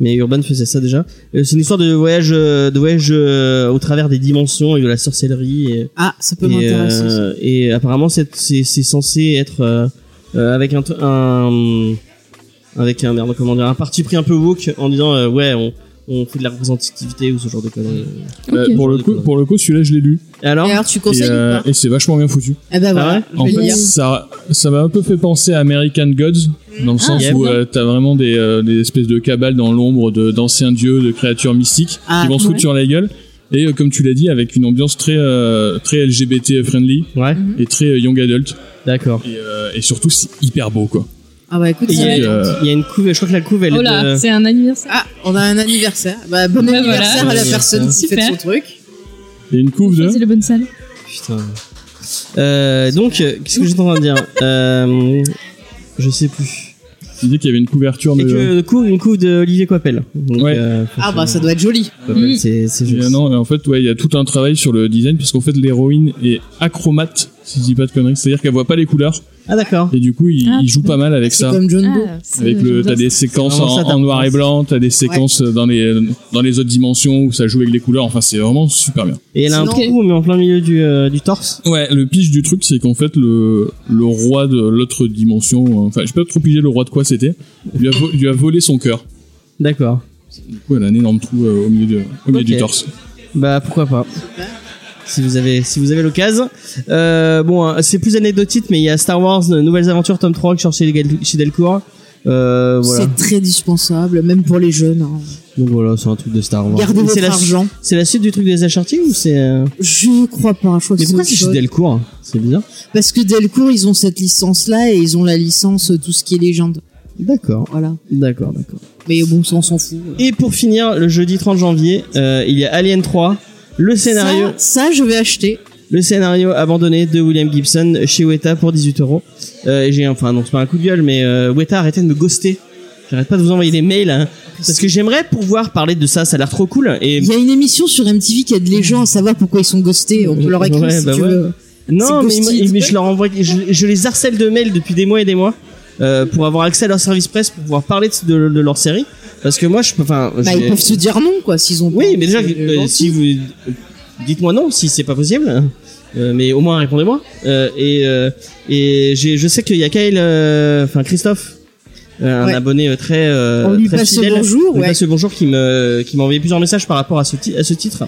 B: mais Urban faisait ça déjà. Euh, c'est une histoire de voyage, euh, de voyage euh, au travers des dimensions et de la sorcellerie. Et,
E: Ah, ça peut
B: et,
E: m'intéresser. ça.
B: euh, et apparemment, c'est, c'est, c'est censé être euh, euh, avec un, t- un- avec un merde, comment dire, un parti pris un peu woke en disant euh, ouais, on, on fait de la représentativité ou ce genre de conneries.
D: Ok.
C: Euh, pour, le coup, pour le coup, celui-là, je l'ai lu.
B: Et alors,
E: Et alors, tu
C: Et,
E: conseilles
C: euh,
E: ou pas
C: et c'est vachement bien foutu.
E: Eh ben voilà,
B: ouais
E: je
C: En
E: vais
C: fait,
E: lire.
C: ça, ça m'a un peu fait penser à American Gods,
E: Ah.
C: dans le sens
B: yeah.
C: où euh, t'as vraiment des, euh, des espèces de cabales dans l'ombre de- d'anciens dieux, de créatures mystiques
E: Ah,
C: qui vont se foutre
E: ouais.
C: sur la gueule. Et euh, comme tu l'as dit, avec une ambiance très, euh, très LGBT friendly
B: ouais,
E: Mhm.
C: et très euh, young adult.
B: d'accord.
C: Et, euh, et surtout, c'est hyper beau, quoi.
E: Ah bah écoute,
B: Et il y,
E: ça
B: a-
E: va être-
C: euh,
B: il y a une couve, je crois que la couve elle
D: Oh
B: est
D: là,
B: de-
D: c'est un anniversaire.
E: Ah, on a un anniversaire. Bah, bon
D: Ouais,
E: anniversaire
B: voilà.
E: à la
B: Bon
E: personne qui fait
D: anniversaire.
E: son truc.
C: Et une couve de.
D: C'est la bonne salle.
B: Putain. Euh, donc, euh, qu'est-ce que j'étais en train de dire euh, Je sais plus. euh,
C: Tu dis qu'il y avait une couverture euh, de.
B: Et que le coup, une couve de Olivier Coppel. Donc,
C: Ouais.
B: euh,
E: Ah bah ça doit être joli.
B: Coppel,
D: Mm.
B: c'est c'est
C: Et,
B: juste.
C: euh, non, mais en fait, ouais, il y a tout un travail sur le design, puisqu'en fait, l'héroïne est acromate, si je dis pas de conneries. C'est-à-dire qu'elle voit pas les couleurs.
B: Ah d'accord.
C: Et du coup, il,
D: Ah,
C: il joue
D: ouais.
C: pas mal avec
E: C'est
C: ça.
E: comme John Doe.
D: Ah, c'est-
C: Avec
D: j'aime
C: le,
D: bien
C: t'as des
D: ça.
C: séquences
B: vraiment
C: en,
B: ça, t'as
C: en noir et
B: l'impression.
C: blanc, t'as des séquences dans les dans les autres dimensions où ça joue avec les couleurs. Enfin, c'est vraiment super bien.
B: Et elle a un
E: Sinon-
B: trou, mais en plein milieu du, euh, du torse.
C: Ouais, le pitch du truc, c'est qu'en fait le le roi de l'autre dimension, euh, enfin, je peux pas trop piger le roi de quoi c'était, lui a vo- lui a volé son cœur.
B: D'accord.
C: Du coup, elle a un énorme trou euh, au milieu de au milieu
B: Ok.
C: du torse.
B: Bah pourquoi pas. Si vous avez, si vous avez l'occasion. Euh, bon, hein, c'est plus anecdotique, mais il y a Star Wars euh, Nouvelles Aventures tome 3 que je sors chez, Gal- chez Delcourt. Euh, voilà.
E: C'est très dispensable, même pour les jeunes. hein.
B: Donc voilà, c'est un truc de Star Wars.
E: Gardez
B: Et C'est
E: votre
B: la,
E: argent.
B: c'est la suite du truc des achartiers ou c'est. euh,
E: Je crois pas. Je crois que
B: Mais
E: c'est
B: pourquoi
E: autre
B: c'est chez
E: chose.
B: Delcourt hein C'est bizarre.
E: Parce que Delcourt, ils ont cette licence-là et ils ont la licence euh, tout ce qui est légende.
B: D'accord,
E: Voilà.
B: d'accord, d'accord.
E: Mais bon, ça, on s'en fout.
B: Et pour finir, le jeudi 30 janvier, euh, il y a Alien 3, le scénario,
E: Ça, ça, je vais acheter.
B: le scénario abandonné de William Gibson chez Weta pour 18 euros. Euh, et J'ai enfin non c'est pas un coup de gueule, mais euh, Weta arrêtez de me ghoster. J'arrête pas de vous envoyer des mails hein, parce que j'aimerais pouvoir parler de ça. Ça a l'air trop cool. Et
E: Il y a une émission sur MTV qui aide les gens à savoir pourquoi ils sont ghostés. On peut leur écrire
B: Ouais,
E: si
B: bah
E: tu
B: ouais.
E: veux.
B: non, mais,
E: c'est
B: ils-
E: ghosted.
B: mais je leur envoie, je, je les harcèle de mails depuis des mois et des mois. euh, pour avoir accès à leur service presse, pour pouvoir parler de, de- de leur série, parce que moi, je peux, enfin,
E: Bah,
B: j'ai-
E: ils peuvent se dire non, quoi, s'ils ont.
B: Oui,
E: pas-
B: mais déjà,
E: c'est
B: euh,
E: gentil.
B: si vous dites-moi non, si c'est pas possible, Euh, mais au moins répondez-moi. Euh, et euh, et j'ai- je sais qu'il y a Kyle, euh, enfin Christophe, euh,
E: Ouais.
B: un abonné euh, très, euh,
E: On lui
B: très
E: passe le
B: fidèle,
E: bonjour,
B: on lui
E: ouais.
B: passe le bonjour, qui me qui m'a envoyé plusieurs messages par rapport à ce ti- à ce titre.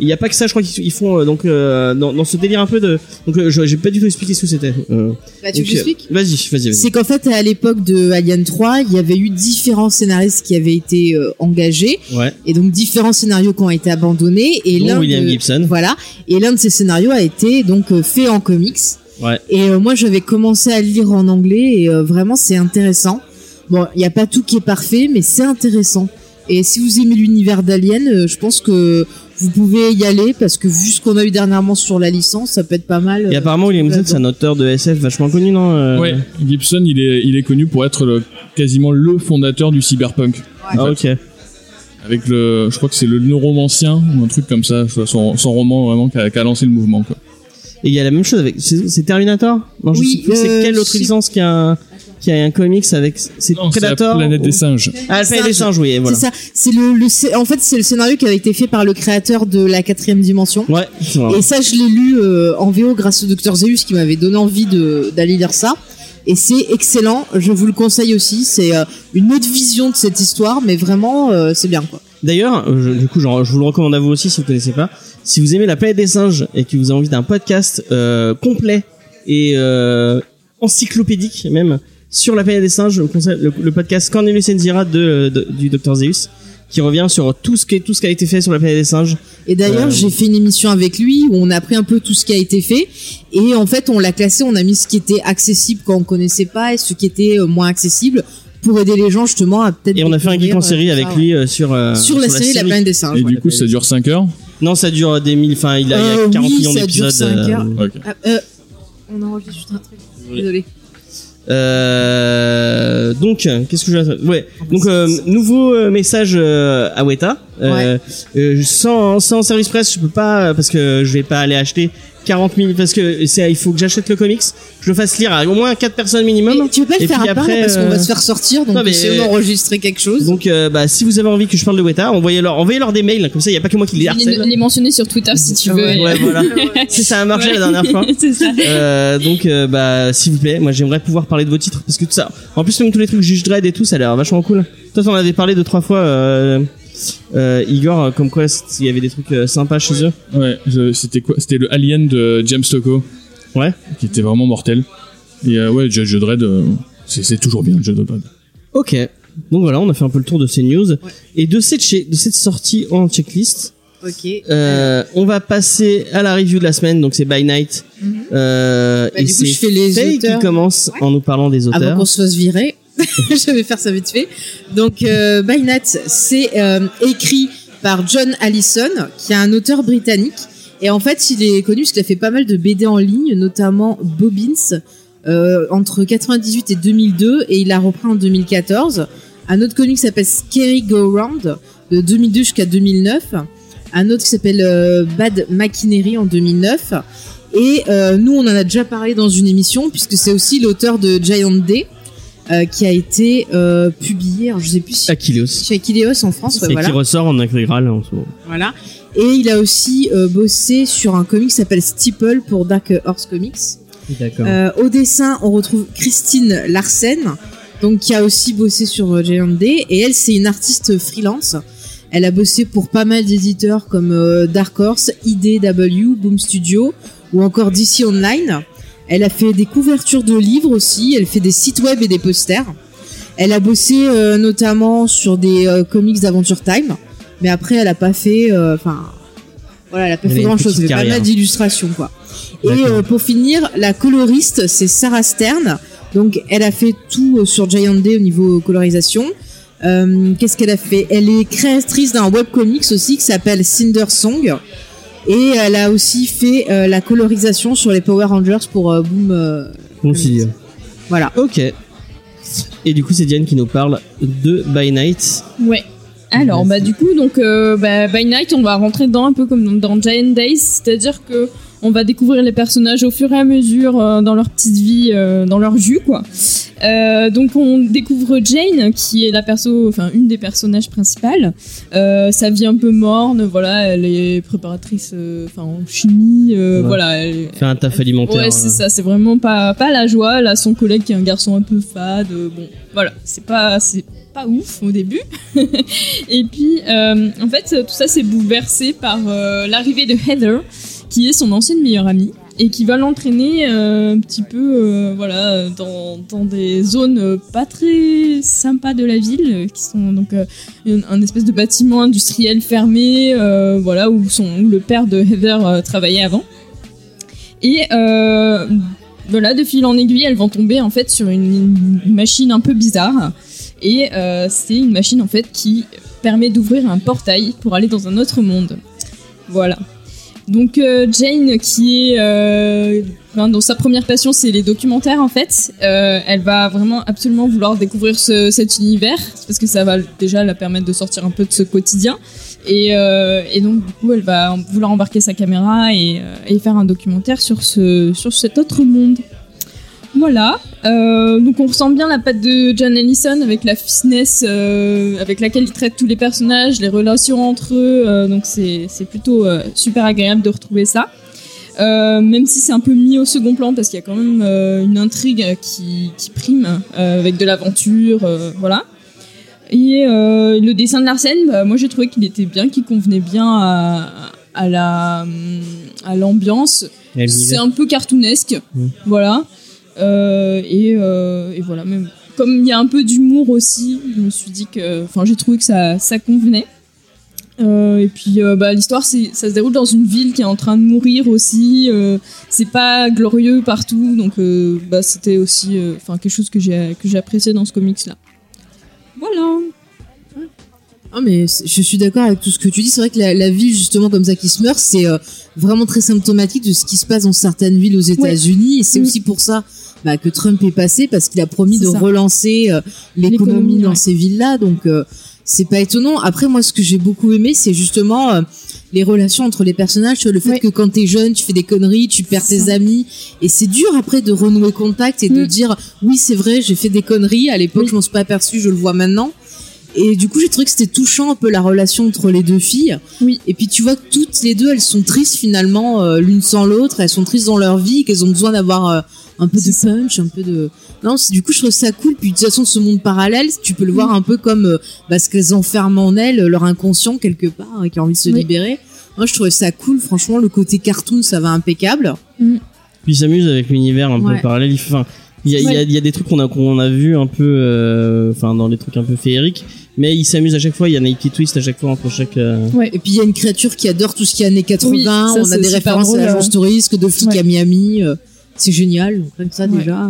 B: Il n'y a pas que ça, je crois qu'ils ils font euh, donc euh, dans, dans ce délire un peu de donc euh, je- j'ai pas du tout expliqué ce que c'était. Euh,
E: Bah, tu
B: donc, euh,
E: l'expliques
B: Vas-y, vas-y, vas-y.
E: C'est qu'en fait, à l'époque de Alien 3, il y avait eu différents scénaristes qui avaient été euh, engagés,
B: Ouais.
E: et donc différents scénarios qui ont été abandonnés, et
B: Dont
E: l'un
B: William
E: de,
B: Gibson.
E: voilà, et l'un de ces scénarios a été donc euh, fait en comics.
B: Ouais.
E: Et euh, moi, j'avais commencé à le lire en anglais, et euh, vraiment, c'est intéressant. Bon, il n'y a pas tout qui est parfait, mais c'est intéressant. Et si vous aimez l'univers d'Alien, euh, je pense que vous pouvez y aller parce que vu ce qu'on a eu dernièrement sur la licence, ça peut être pas mal.
B: Et
E: euh,
B: apparemment William Gibson, c'est un auteur de SF vachement connu, non Euh,
C: Ouais, Gibson, il est il est connu pour être le, quasiment le fondateur du cyberpunk.
B: Ah ok.
C: Avec le, je crois que c'est le neuromancien ou un truc comme ça, son, son roman vraiment qui a, qui a lancé le mouvement. Quoi.
B: Et il y a la même chose avec. C'est c'est Terminator Non, je
E: Oui,
B: sais plus, c'est
E: euh,
B: quelle autre
E: je sais-
B: licence qui a, un- qui a un comics avec. C'est
C: Non, c'est la
B: Predator
C: planète des
B: ou-
C: singes.
B: Ah, la planète des singes, oui, et voilà.
E: C'est ça. C'est le, le sc- en fait, c'est le scénario qui avait été fait par le créateur de la quatrième dimension.
B: Ouais, c'est vrai.
E: Et ça, je l'ai lu euh, en VO grâce au Docteur Zeus qui m'avait donné envie de- d'aller lire ça. Et c'est excellent, je vous le conseille aussi. C'est euh, une autre vision de cette histoire, mais vraiment, euh, c'est bien quoi.
B: D'ailleurs, euh, je- du coup, genre, je vous le recommande à vous aussi si vous connaissez pas. Si vous aimez la planète des singes et que vous avez envie d'un podcast euh, complet et euh, encyclopédique même sur la planète des singes, je vous conseille le, le podcast Cornelius Enzira de, de- du Dr Zeus qui revient sur tout ce qui tout ce qui a été fait sur la planète des singes.
E: Et d'ailleurs,
B: Euh,
E: j'ai fait une émission avec lui où on a pris un peu tout ce qui a été fait. Et en fait, on l'a classé, on a mis ce qui était accessible quand on connaissait pas et ce qui était euh, moins accessible pour aider les gens justement à peut-être.
B: Et on a fait un geek
E: découvrir,
B: en série
E: euh,
B: avec
E: ça, ouais.
B: lui euh, sur, euh,
E: Sur, la, série Ah, La Planète des Singes.
C: Et
E: ouais.
C: du coup, ça dure 5 heures
B: Non, ça dure des mille. Enfin, il a, il y a
E: Euh,
B: 40
E: oui,
B: millions
E: ça dure
B: d'épisodes.
E: cinq
B: euh,
E: heures.
C: Ok.
E: Ah, euh,
A: On enregistre juste un truc.
E: désolé.
B: Euh, donc, qu'est-ce que je Ouais. Donc, euh, nouveau euh, message euh, à Weta. Euh, euh, sans, sans service presse, je peux pas euh, parce que je vais pas aller acheter 40 000 parce que c'est il faut que j'achète le comics, je le fasse lire à au moins quatre personnes minimum.
E: Mais tu veux pas le
B: Et
E: faire
B: puis
E: à part
B: après,
E: parce qu'on
B: euh,
E: va se faire sortir, donc
B: non, mais- euh,
E: si on enregistrait quelque chose.
B: Donc, euh, bah, si vous avez envie que je parle de Weta, envoyez leur envoyez leur des mails comme ça, il y a pas que moi qui les harcèle.
D: Il est mentionné sur Twitter si tu veux.
A: Ouais,
B: Ouais, voilà. Si ça a marché la dernière fois.
D: (laughs) C'est ça.
B: Euh, donc euh, bah s'il vous plaît moi j'aimerais pouvoir parler de vos titres parce que tout ça en plus même tous les trucs Judge Dredd et tout ça a l'air vachement cool toi on avait parlé deux trois fois euh, euh, Igor euh, comme quoi il y avait des trucs euh, sympas chez eux
C: Ouais, je- c'était quoi C'était le Alien de James Tocco.
B: Ouais.
C: Qui était vraiment mortel. Et euh, ouais, Judge Dredd, euh, c'est c'est toujours bien, Judge Dredd.
B: ok donc voilà on a fait un peu le tour de ces news et de cette chez- de cette sortie en checklist
E: ok.
B: euh, on va passer à la review de la semaine donc c'est By Night euh,
E: Mm-hmm. Bah, du coup,
B: c'est
E: je fais les
B: Faye
E: auteurs.
B: qui commence en nous parlant des
E: Avant
B: auteurs
E: qu'on se fasse virer, (laughs) je vais faire ça vite fait. Donc, euh, By Night, c'est euh, écrit par John Allison, qui est un auteur britannique. Et en fait, il est connu parce qu'il a fait pas mal de BD en ligne, notamment Bobbins, euh, entre 98 et 2002, et il a repris en 2014. Un autre connu qui s'appelle Scary Go Round, de 2002 jusqu'à 2009. Un autre qui s'appelle euh, Bad Machinery en 2009. Et euh, nous, on en a déjà parlé dans une émission, puisque c'est aussi l'auteur de Giant Day, euh, qui a été euh, publié, alors je sais plus si
B: Achilleos
E: chez Akileos en France, ouais,
B: et
E: voilà.
B: qui ressort en intégral en ce moment
E: Voilà. Et il a aussi euh, bossé sur un comic qui s'appelle Steeple pour Dark Horse Comics.
B: d'accord
E: Euh, au dessin, on retrouve Christine Larsen, donc qui a aussi bossé sur euh, Giant Day, et elle, c'est une artiste freelance. Elle a bossé pour pas mal d'éditeurs comme euh, Dark Horse, IDW, Boom Studio ou encore DC Online. Elle a fait des couvertures de livres aussi, elle fait des sites web et des posters. Elle a bossé euh, notamment sur des euh, comics d'Adventure Time, mais après elle a pas fait, euh, enfin voilà, elle a pas
B: Elle a
E: fait
B: une
E: grand chose,
B: petite
E: pas
B: carrière.
E: mal d'illustrations quoi. Et
B: D'accord.
E: euh, pour finir, la coloriste c'est Sarah Stern, donc elle a fait tout euh, sur Giant Day au niveau colorisation. Euh, Qu'est-ce qu'elle a fait Elle est créatrice d'un webcomics aussi qui s'appelle Cinder Song. Et elle a aussi fait euh, la colorisation sur les Power Rangers pour euh, Boom. euh,
B: Bon, si, euh,
E: voilà.
B: Ok. Et du coup, c'est Diane qui nous parle de By Night.
D: Ouais. Alors, bah, du coup, donc, euh, bah, By Night, on va rentrer dedans un peu comme dans Giant Days, c'est-à-dire que on va découvrir les personnages au fur et à mesure euh, dans leur petite vie, euh, dans leur jus, quoi. Euh, donc, on découvre Jane, qui est la perso, enfin, une des personnages principales. Euh, sa vie un peu morne, voilà, elle est préparatrice, euh, enfin, en chimie, euh,
B: Ouais.
D: voilà. elle-
B: Faire un taf alimentaire. euh,
D: Ouais, c'est ça, c'est vraiment pas, pas la joie. Là, son collègue qui est un garçon un peu fade, euh, bon, voilà, c'est pas, c'est pas ouf au début. (laughs) Et puis, euh, en fait, tout ça c'est bouleversé par euh, l'arrivée de Heather, qui est son ancienne meilleure amie, et qui va l'entraîner euh, un petit peu euh, voilà, dans, dans des zones euh, pas très sympas de la ville, euh, qui sont donc euh, un, un espèce de bâtiment industriel fermé, euh, voilà, où, son, où le père de Heather euh, travaillait avant. Et euh, voilà, de fil en aiguille, elles vont tomber en fait sur une, une machine un peu bizarre. Et euh, c'est une machine en fait qui permet d'ouvrir un portail pour aller dans un autre monde. Voilà. Donc euh, Jane, qui est euh, enfin, dont sa première passion c'est les documentaires en fait, euh, elle va vraiment absolument vouloir découvrir ce- cet univers parce que ça va déjà la permettre de sortir un peu de ce quotidien. Et, euh, et donc, du coup, elle va en- vouloir embarquer sa caméra et, euh, et faire un documentaire sur, ce, sur cet autre monde. Voilà. Euh, donc, on ressent bien la patte de John Ellison avec la finesse euh, avec laquelle il traite tous les personnages, les relations entre eux. Euh, donc, c'est c'est plutôt euh, super agréable de retrouver ça. euh, même si c'est un peu mis au second plan parce qu'il y a quand même euh, une intrigue qui, qui prime euh, avec de l'aventure, euh, voilà. Et euh, le dessin de Larsen, bah, moi j'ai trouvé qu'il était bien, qu'il convenait bien à, à la à l'ambiance.
B: Elle me disait-
D: C'est un peu cartoonesque,
B: Mm.
D: voilà. Euh, et, euh, et voilà, même comme il y a un peu d'humour aussi, je me suis dit que, enfin, j'ai trouvé que ça, ça convenait. Euh, et puis, euh, bah, l'histoire, c'est, ça se déroule dans une ville qui est en train de mourir aussi. euh, c'est pas glorieux partout, donc euh, bah, c'était aussi, euh, enfin, quelque chose que j'ai que j'ai apprécié dans ce comics là. Voilà.
E: Ah mais c'est- je suis d'accord avec tout ce que tu dis. C'est vrai que la, la ville justement comme ça qui se meurt, c'est euh, vraiment très symptomatique de ce qui se passe dans certaines villes aux États-Unis. Et c'est
D: Mm.
E: aussi pour ça bah, que Trump est passé parce qu'il a promis
D: C'est
E: de
D: ça.
E: relancer euh, l'économie
D: L'économie,
E: dans
D: ouais.
E: ces villes-là. Donc euh, c'est pas étonnant. Après moi, ce que j'ai beaucoup aimé, c'est justement euh, les relations entre les personnages, tu vois, le fait
D: Ouais.
E: que quand t'es jeune, tu fais des conneries, tu perds
D: C'est
E: tes
D: ça.
E: amis, et c'est dur après de renouer contact et de
D: Mm.
E: dire oui c'est vrai, j'ai fait des conneries. À l'époque,
D: Oui.
E: je m'en suis pas aperçu, je le vois maintenant. Et du coup, j'ai trouvé que c'était touchant un peu la relation entre les deux filles.
D: Oui.
E: Et puis tu vois que toutes les deux, elles sont tristes finalement, euh, l'une sans l'autre. Elles sont tristes dans leur vie, qu'elles ont besoin d'avoir euh, un peu de punch, un peu de. Non, c'est- du coup, je trouve ça cool. Puis de toute façon, ce monde parallèle, tu peux le voir un peu comme euh, bah, ce qu'elles enferment en elles, leur inconscient quelque part, et qui a envie de se
D: Oui.
E: libérer. Moi, je trouvais ça cool. Franchement, le côté cartoon, ça va impeccable.
B: Puis il s'amuse avec l'univers un peu
E: Ouais.
B: parallèle. Il- Enfin, il y a, il y a- il y a des trucs qu'on a, qu'on a vu un peu, euh, enfin, dans les trucs un peu féeriques. Mais il s'amuse à chaque fois. Il y a un petit twist à chaque fois entre chaque. euh,
E: Et puis il y a une créature qui adore tout ce qui est années 80.
D: Oui, ça,
E: on a
D: c'est
E: des
D: super
E: références
D: drôle,
E: à l'agence
D: euh.
E: touriste, de flics
D: Ouais.
E: à Miami. euh, c'est génial. Donc rien que ça
D: Ouais.
E: déjà. euh.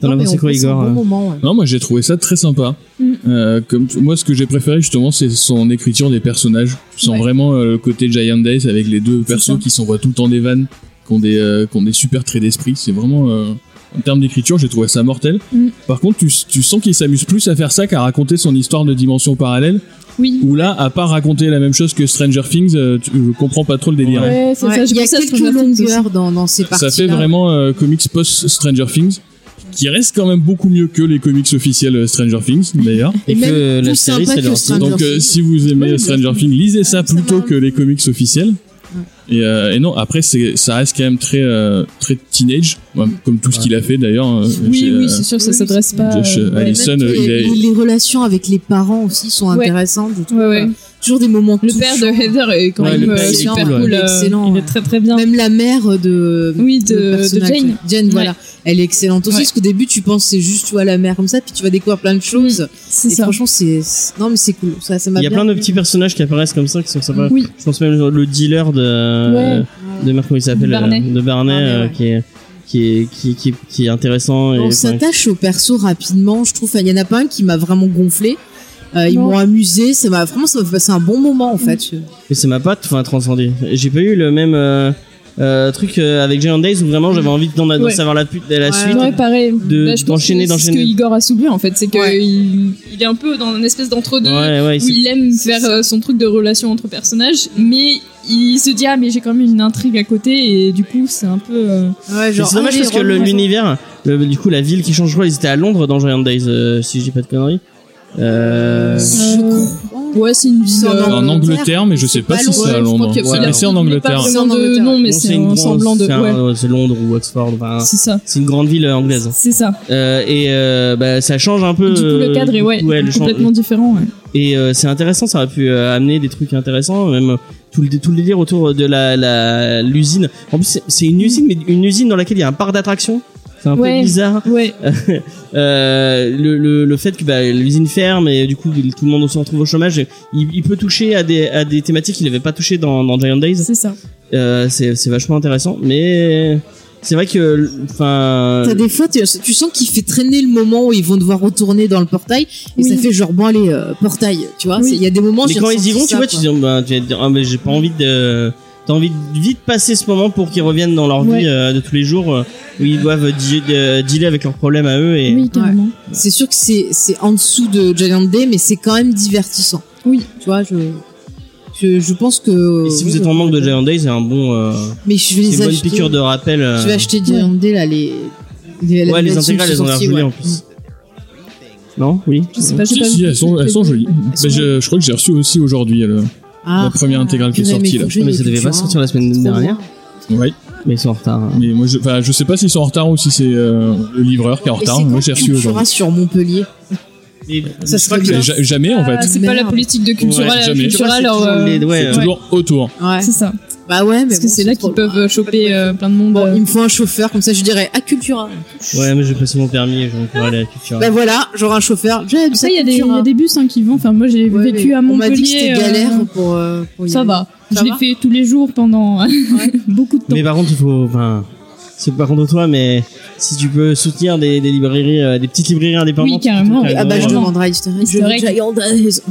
B: T'en as
E: Non, mais
B: pensé
E: on
B: quoi,
E: passe un
B: Igor
E: bon
B: euh
E: moment, ouais.
C: Non, moi j'ai trouvé ça très sympa.
D: Mm.
C: Euh, comme t- moi, ce que j'ai préféré justement, c'est son écriture des personnages. Tu sens
D: Ouais.
C: vraiment euh, le côté Giant Days avec les deux
D: C'est
C: persos
D: ça.
C: qui s'envoient tout le temps des vannes, qui ont des, euh, qui ont des super traits d'esprit. C'est vraiment. euh, en termes d'écriture, j'ai trouvé ça mortel.
D: Mm.
C: Par contre, tu, s- tu sens qu'il s'amuse plus à faire ça qu'à raconter son histoire de dimension parallèle.
D: Oui.
C: Où là, à part raconter la même chose que Stranger Things, euh, tu- je comprends pas trop le délire.
B: Ouais.
D: Ouais, c'est
E: Ouais, hein.
D: ça.
E: il
D: j'ai
E: y a
D: pensé à
E: quelques
D: Stranger Things aussi.
E: longueurs dans, dans ces parties.
C: Ça fait vraiment euh, comics post Stranger Things, qui reste quand même beaucoup mieux que les comics officiels euh, Stranger Things d'ailleurs.
B: Et,
E: Et
B: que
E: même
B: euh, la
E: plus
B: série,
E: sympa
B: c'est
E: que
B: leur
E: Stranger
C: Donc euh,
E: Things.
C: si vous aimez Stranger Things, lisez ça
E: Ouais, ça
C: plutôt
E: va.
C: que les comics officiels. Et, euh, et non, après c'est ça reste quand même très euh, très teenage, ouais, comme tout ce qu'il a fait d'ailleurs. euh,
D: Oui,
C: chez,
D: oui,
C: euh,
D: c'est sûr, ça
E: oui,
D: s'adresse
E: c'est-
D: pas.
C: Josh,
D: euh, ouais.
C: Allez. Allison, euh,
E: les,
C: il est-
E: les- les relations avec les parents aussi sont
D: Ouais.
E: intéressantes. et tout.
D: Ouais, ouais.
E: Toujours des moments
D: Le père de
E: touchants.
D: Heather est quand
B: Ouais,
D: même
B: le père,
D: euh,
B: il est
D: super
B: cool, ouais.
D: cool. euh,
E: Excellent,
D: Il
E: ouais.
D: est très très bien.
E: Même la mère de,
D: Oui, de-
E: le
D: de
E: personnage,
D: Jane.
E: voilà. Elle est excellente aussi,
D: Ouais.
E: parce qu'au début, tu penses c'est juste, tu vois, la mère comme ça, puis tu vas découvrir plein de choses.
D: Mm, C'est
E: Et
D: ça.
E: franchement, c'est. c'est- Non, mais c'est cool. Ça, ça m'a
B: Il y a
E: bien
B: plein de
E: plu.
B: petits personnages qui apparaissent comme ça qui sont sympas.
D: Oui,
B: Je pense même genre le dealer de.
D: Ouais.
B: de merde, comment il s'appelle euh,
D: Barney.
B: De Barney,
E: Barney,
B: euh,
E: ouais.
B: qui, est, qui, est, qui, qui, qui est intéressant. et,
E: On
B: enfin,
E: s'attache au perso rapidement, je trouve. Enfin, Il y en a pas un qui m'a vraiment gonflé. Euh, ils
D: Non. Mm.
E: m'ont amusé. Ça m'a vraiment, ça m'a fait passer un bon moment en fait.
B: Mais ça m'a pas enfin, transcendé. J'ai pas eu le même euh, euh, truc euh, avec Giant Days où vraiment j'avais envie d'en d'en
D: Ouais.
B: savoir la, pu- la
E: Ouais.
B: suite.
D: Ouais, pareil.
B: de-
D: Là, je pense
B: d'enchaîner,
D: que c'est ce que
B: d'enchaîner.
D: Igor a soulevé en fait, c'est qu'il
E: Ouais.
D: il est un peu dans une espèce d'entre-deux
B: Ouais, ouais,
D: où
B: c'est-
D: il aime
E: c'est
D: faire
E: ça.
D: euh, son truc de relation entre personnages, mais il se dit ah mais j'ai quand même une intrigue à côté et du coup c'est un peu. euh,
B: Mais
E: Ouais,
B: C'est dommage parce que le- l'univers, le- du coup, la ville qui change, je crois, ils étaient à Londres dans Giant Days, euh, si je dis pas de conneries. Euh,
D: Ouais, c'est une vie.
E: C'est
D: euh,
C: En Angleterre, mais je sais
E: C'est
C: pas
E: pas
C: si c'est à
D: Londres,
C: Londres.
D: je crois
B: que-
C: Mais c'est en
D: il y a pas
C: Angleterre.
D: vraiment
E: C'est en
D: de
E: Angleterre.
D: nom, mais
B: bon,
D: c'est
B: une
D: un
B: grande-
D: semblant de.
B: c'est un-
D: Ouais,
B: euh, C'est Londres ou Oxford, enfin,
D: c'est ça.
B: c'est une grande ville euh, anglaise.
D: C'est ça.
B: Euh, et euh, bah, ça change un peu.
D: Du coup, le
B: euh,
D: cadre est
B: du
D: ouais,
B: coup, le change-
C: euh,
D: complètement différent. ouais.
B: Et euh, c'est intéressant, ça a pu euh, amener des trucs intéressants, même euh, tout le, tout le délire autour de la- la l'usine. en plus, c'est- c'est une usine, mais une usine dans laquelle il y a un parc d'attractions. C'est un peu
D: Ouais.
B: bizarre. (laughs)
D: Ouais,
B: Euh, le, le, le fait que bah, l'usine ferme et du coup tout le monde se retrouve au chômage, il, il peut toucher à des, à des thématiques qu'il n'avait pas touché dans, dans Giant Days.
D: c'est ça.
B: Euh, c'est c'est vachement intéressant, mais c'est vrai que enfin
E: T'as des fois, tu, tu sens qu'il fait traîner le moment où ils vont devoir retourner dans le portail et
D: Oui.
E: ça fait genre bon allez euh, portail, tu vois.
D: Oui.
E: c'est- Il y a des moments.
B: mais
E: j'ai
B: quand ils
E: ressenti
B: y vont, tu
E: ça,
B: vois, tu
E: quoi.
B: dis bah, tu vas te dire ah mais j'ai pas envie de t'as envie de vite passer ce moment pour qu'ils reviennent dans leur
D: Ouais.
B: vie euh, de tous les jours euh, où ils doivent di- euh, dealer avec leurs problèmes à eux et
D: Oui, carrément.
E: C'est sûr que c'est c'est en dessous de Giant Day, mais c'est quand même divertissant.
D: Oui.
E: Tu vois, je je, je pense que.
B: Et si vous êtes en manque de Giant Days, c'est un bon, euh,
E: mais je
B: c'est
E: vais les
B: une bonne
E: acheter.
B: piqûre de rappel. euh,
E: Je vais acheter Giant Day là les. les
B: Ouais, les
E: versions
B: intégrales,
E: qui
B: elles
E: sont
B: ont l'air
E: sorties,
B: jolies
E: ouais.
B: en plus. Non Oui
D: Je sais pas, j'ai
C: Si,
D: pas
C: si,
D: vu.
C: elles sont, elles sont jolies.
E: sont
C: Mais je, je crois que j'ai reçu aussi aujourd'hui le-
E: Ah.
C: la première intégrale qui est
E: Purée, mais
C: sortie.
E: faut
C: Là.
E: que j'aille
B: Ah, mais ça
E: les
B: devait pas
E: voir.
B: sortir la semaine
E: Trop
B: dernière.
E: bien.
C: Ouais.
B: Mais ils sont en retard. hein.
C: Mais moi, je, enfin, je sais pas s'ils sont en retard ou si c'est euh, le livreur qui est en
E: Et
C: retard.
E: c'est
C: Moi,
E: quand
C: j'ai reçu
E: Cultura
C: aujourd'hui.
E: sur Montpellier.
B: Je crois
E: serait
B: que-
E: bien.
C: Mais ja- Jamais, en
D: Ah,
C: fait.
D: c'est pas la
E: Merde.
D: politique de culturel,
C: Ouais, jamais.
D: culturel,
B: C'est
D: alors,
B: toujours
D: euh,
B: les- ouais,
E: Ah,
C: C'est
B: ouais.
C: toujours autour.
E: Ouais.
D: c'est ça.
E: Bah ouais, mais
D: Parce que
E: bon,
D: c'est là
E: trop
D: qu'ils peuvent
E: loin.
D: euh, choper euh, plein de monde.
E: Bon,
D: euh.
E: il me faut un chauffeur, comme ça je dirais à Cultura.
B: Ouais, mais j'ai passé mon permis, je vais pouvoir aller à la culture.
E: Bah voilà, j'aurai un chauffeur. J'aime ça.
D: Après, il y a des- il y,
E: Cultura.
D: a des bus hein, qui vont. Enfin, moi, j'ai
E: Ouais,
D: vécu
E: mais
D: à
E: on m'a
D: Montpellier.
E: dit que c'était
D: euh,
E: galère pour, euh, pour y
D: Ça
E: aller.
D: va.
E: Ça
D: je l'ai
E: va
D: fait tous les jours pendant (laughs) beaucoup de temps.
B: Mais par contre, il faut. Enfin, c'est pas contre toi, mais si tu peux soutenir des, des librairies, euh, des petites librairies indépendantes.
D: Oui, carrément.
B: plutôt qu'à-
E: Ah bah je
D: Vraiment.
E: demanderai à Easter Egg.
D: Easter Egg.
E: Je vais à Yandex.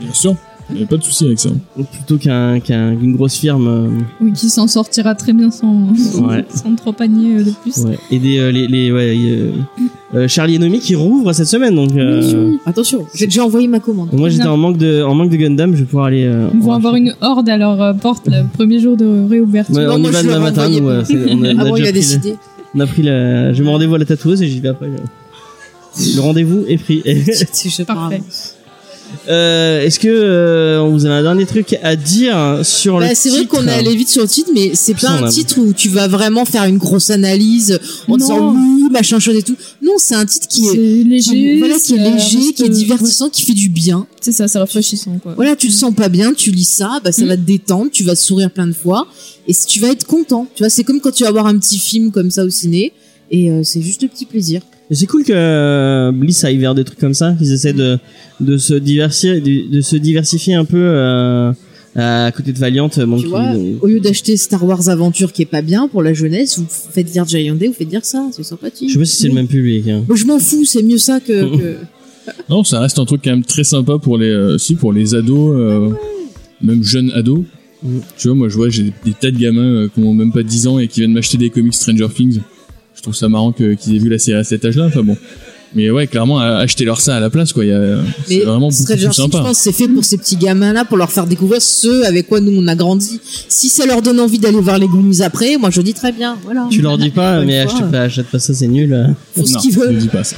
C: Bien sûr. Il n'y a pas de souci avec ça.
B: plutôt qu'un- qu'un- qu'une grosse firme. euh,
D: Oui, qui s'en sortira très bien sans,
B: Ouais.
D: (laughs) sans trois paniers euh, de plus.
B: Ouais. Et des, euh, les, les, ouais, euh, euh, Charlie et Nomi qui rouvrent cette semaine. Donc, euh,
E: Attention, j'ai déjà envoyé ma commande.
B: donc moi j'étais en manque de, en manque de Gundam, je vais pouvoir aller. euh,
D: Ils
B: en
D: vont avoir
B: acheter.
D: une horde à leur euh, porte le premier jour de réouverture.
B: Ouais,
E: Non,
B: on y
E: moi,
B: va
E: je
B: demain
E: leur
B: matin.
E: envoyais
B: nous,
E: pas.
B: euh, c'est-
E: (laughs)
B: on, a, on a
E: Ah
B: déjà
E: bon, il a
B: pris le-
E: décidé.
B: on a pris la. Je me rendez-vous à la tatoueuse et j'y vais après. euh. Le rendez-vous est pris. (laughs)
D: (laughs)
E: Si je parle.
D: Parfait.
B: Euh, Est-ce que euh, vous avez un dernier truc à dire sur
E: Bah,
B: le
E: c'est vrai
B: titre
E: qu'on est allé vite sur le titre, mais c'est
B: Putain,
E: pas
B: on a-
E: un titre où tu vas vraiment faire une grosse analyse en
D: Non.
E: disant ouh, machin chose et tout. Non, c'est un titre qui
D: C'est
E: est,
D: léger,
E: voilà, qui est
D: ça
E: léger,
D: reste,
E: qui est
D: euh,
E: divertissant, qui fait du bien.
D: ouais, C'est ça, c'est rafraîchissant. Quoi.
E: Voilà, tu te sens pas bien, tu lis ça, bah ça
D: Mm.
E: va te détendre, tu vas sourire plein de fois et si tu vas être content. Tu vois, c'est comme quand tu vas voir un petit film comme ça au ciné et euh, c'est juste le petit plaisir.
B: Mais C'est cool que euh, Bliss aille vers des trucs comme ça, qu'ils essaient de, de, se diversifier, de, de se diversifier un peu euh, à côté de Valiant. Bon,
E: Tu
B: qui-
E: vois,
B: euh,
E: au lieu d'acheter Star Wars Aventure qui est pas bien pour la jeunesse, vous faites dire Giant Day, vous faites dire ça, c'est sympathique.
B: je sais pas si c'est le même public. hein.
E: Moi, je m'en fous, c'est mieux ça que.
B: (laughs)
E: que-
C: Non, ça reste un truc quand même très sympa pour les, euh, si, pour les ados, euh, même jeunes ados.
B: Mm.
C: Tu vois, moi, je vois, j'ai des, des tas de gamins euh, qui ont même pas 10 ans et qui viennent m'acheter des comics Stranger Things. Je trouve ça marrant que- qu'ils aient vu la série à cet âge-là. Enfin bon. Mais ouais, clairement, à- achetez-leur ça à la place, quoi. Il y a- C'est
E: Mais
C: vraiment beaucoup
E: Stranger
C: plus
E: Things, je
C: sympa.
E: pense, que c'est fait pour ces petits gamins-là, pour leur faire découvrir ce avec quoi nous on a grandi. Si ça leur donne envie d'aller voir les Goonies après, moi je dis très bien, voilà.
B: Tu leur dis pas,
E: Bonne
B: mais
E: fois.
B: achète pas, achète pas ça, c'est nul. euh.
E: Font ce
C: Non,
E: qu'ils veulent.
C: ne dis pas ça.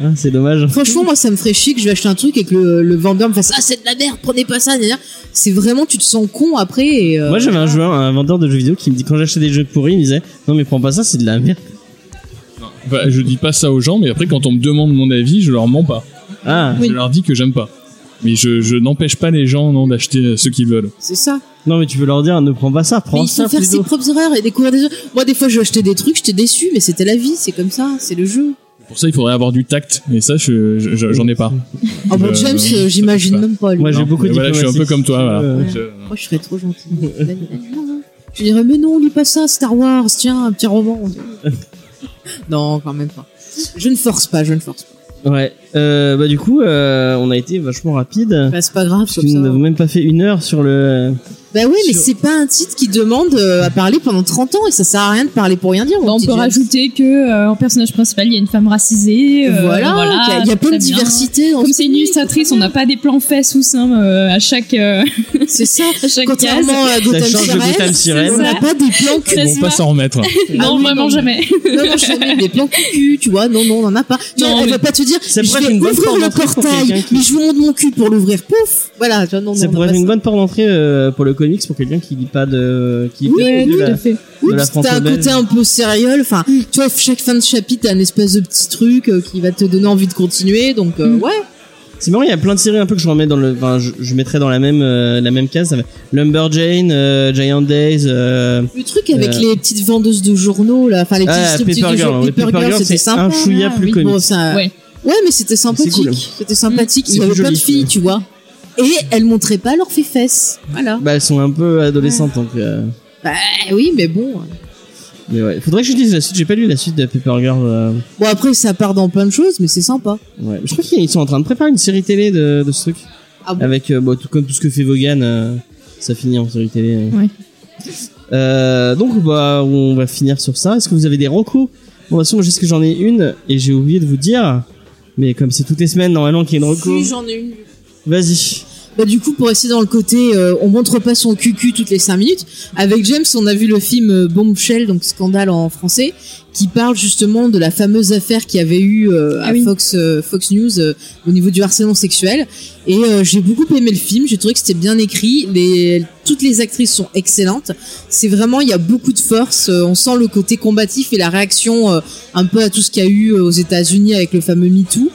B: Ah, c'est dommage.
E: Franchement, moi, ça me ferait chier que je vais acheter un truc et que le, le vendeur me fasse Ah, c'est de la merde, prenez pas ça, gna gna. C'est vraiment, tu te sens con après. Et, euh,
B: Moi j'avais un joueur, un vendeur de jeux vidéo qui me dit quand j'achetais des jeux pourris, il me disait non mais prends pas ça, c'est de la merde.
C: Enfin, Bah, je dis pas ça aux gens, mais après, quand on me demande mon avis, je leur mens pas.
B: Ah
D: Oui.
C: Je leur dis que j'aime pas. Mais je, je n'empêche pas les gens non d'acheter euh, ce qu'ils veulent.
E: c'est ça.
B: non mais tu peux leur dire ne prends pas ça,
E: Mais
B: prends
E: il
B: ça
E: faut faire ses
B: plutôt.
E: propres erreurs et découvrir des jeux. Moi, des fois, je vais acheter des trucs, j'étais déçu, mais c'était la vie, c'est comme ça, c'est le jeu.
C: Pour ça, il faudrait avoir du tact. Et ça, je- je- je- Euh, j'en ai pas.
E: Oh,
C: Euh,
E: bon, James,
C: je sais
E: euh, j'imagine
C: pas.
E: même pas. lui.
B: Moi j'ai
C: Non,
B: beaucoup de
C: mais voilà, je suis un peu
B: diplomatie.
C: comme toi, voilà.
B: Euh,
C: Je-
E: Moi, je serais trop gentil. (laughs) je dirais, mais non, lis pas ça, Star Wars, tiens, un petit roman. (laughs) non, quand même pas. Je ne force pas, je ne force pas.
B: Ouais. Euh, bah du coup, euh, on a été vachement rapide.
E: Bah, c'est pas grave,
B: Parce que
E: comme
B: nous
E: ça.
B: n'avons même pas fait une heure sur le.
E: Bah oui, mais
B: Sur-
E: c'est pas un titre qui demande euh, à parler pendant 30 ans et ça sert à rien de parler pour rien dire. mon
D: Bah, on
E: petit
D: peut
E: James.
D: rajouter que euh, en personnage principal, il y a une femme racisée. euh,
E: voilà, il y a- il y a
D: tout
E: plein de
D: ça bien.
E: diversité. dans
D: Comme
E: ce
D: c'est une
E: truc.
D: illustratrice, on n'a pas des plans faits sous seins euh, à chaque, euh,
E: (laughs) C'est ça. (laughs)
D: à chaque case.
E: Contrairement à Gotham
B: Ça change de
E: Sirène,
B: Gotham Sirène.
E: on n'a
D: ça.
E: pas des plans cul.
C: Ils
D: N'est-ce
C: vont pas
D: pas
C: s'en remettre.
E: Ah
D: Non,
E: oui,
D: vraiment
E: non.
D: jamais.
E: Non, non, je mets des plans cul, tu vois. Non, non, on n'en a pas. Tu vois,
B: Non,
E: elle
B: mais
E: va pas te dire,
B: ça
E: je
B: pourrait être
E: vais
B: une bonne
E: ouvrir
B: porte
E: le
B: d'entrée pour quelqu'un
E: portail,
B: qui-
E: mais je vous montre mon cul pour l'ouvrir. Pouf Voilà, tu vois, non, non,
B: ça
E: on
B: pourrait être
E: n'a pas
B: une bonne porte d'entrée euh, pour le comics pour quelqu'un qui lit pas de. Qui
E: Oui,
B: de
E: oui,
B: la-
D: fait.
B: de
E: Oui,
B: la
E: parce que t'as un
B: franco-belge.
E: côté un peu sérieux. Enfin,
B: Mm.
E: tu vois, chaque fin de chapitre, t'as un espèce de petit truc euh, qui va te donner envie de continuer. Donc, euh,
D: Mm.
E: ouais.
B: C'est marrant, il y a plein de séries un peu que je remets dans le. Enfin, je, je mettrais dans la même euh, la même case. ça va- Lumberjane, euh, Giant Days. Euh...
E: Le truc avec
B: Euh,
E: les petites vendeuses de journaux, là, enfin les petites
B: Ah,
E: striptease
B: Paper
E: de
B: Girl,
E: jour-
B: ouais, Paper Girl,
E: c'était
B: c'est
E: sympa.
B: un chouïa plus
E: oui,
B: comique.
E: bon, ça-
D: Ouais.
E: ouais. mais c'était sympathique.
B: cool.
E: C'était sympathique.
B: C'est
E: Il y
B: plus
E: avait plein de
B: joli,
E: filles,
B: ouais.
E: tu vois. Et elles montraient pas leurs fesses. Voilà.
B: Bah, elles sont un peu adolescentes donc. euh,
E: Eh oui, mais bon.
B: Mais ouais. Faudrait que je dise la suite. J'ai pas lu la suite de Paper Girl. euh,
E: Bon, après, ça part dans plein de choses, mais c'est sympa.
B: Ouais. Je crois qu'ils sont en train de préparer une série télé de, de ce truc.
E: Ah bon
B: Avec euh, bon, tout comme tout ce que fait Vaughan, euh, ça finit en série télé. euh.
D: Ouais.
B: Euh, donc bah, on va finir sur ça. Est-ce que vous avez des recos Bon, de toute façon, moi, je sais que j'en ai une et j'ai oublié de vous dire. Mais comme c'est toutes les semaines normalement qu'il y a une reco,
E: j'en ai une.
B: vas-y.
E: Bah, du coup, pour rester dans le côté, euh, on montre pas son cucu toutes les 5 minutes. Avec James, on a vu le film euh, Bombshell, donc Scandale en français, qui parle justement de la fameuse affaire qu'il y avait eu euh, à
D: Ah oui.
E: Fox, euh, Fox News euh, au niveau du harcèlement sexuel. Et euh, j'ai beaucoup aimé le film. J'ai trouvé que c'était bien écrit. Les, toutes les actrices sont excellentes. C'est vraiment, il y a beaucoup de force. Euh, on sent le côté combatif et la réaction euh, un peu à tout ce qu'il y a eu euh, aux États-Unis avec le fameux MeToo.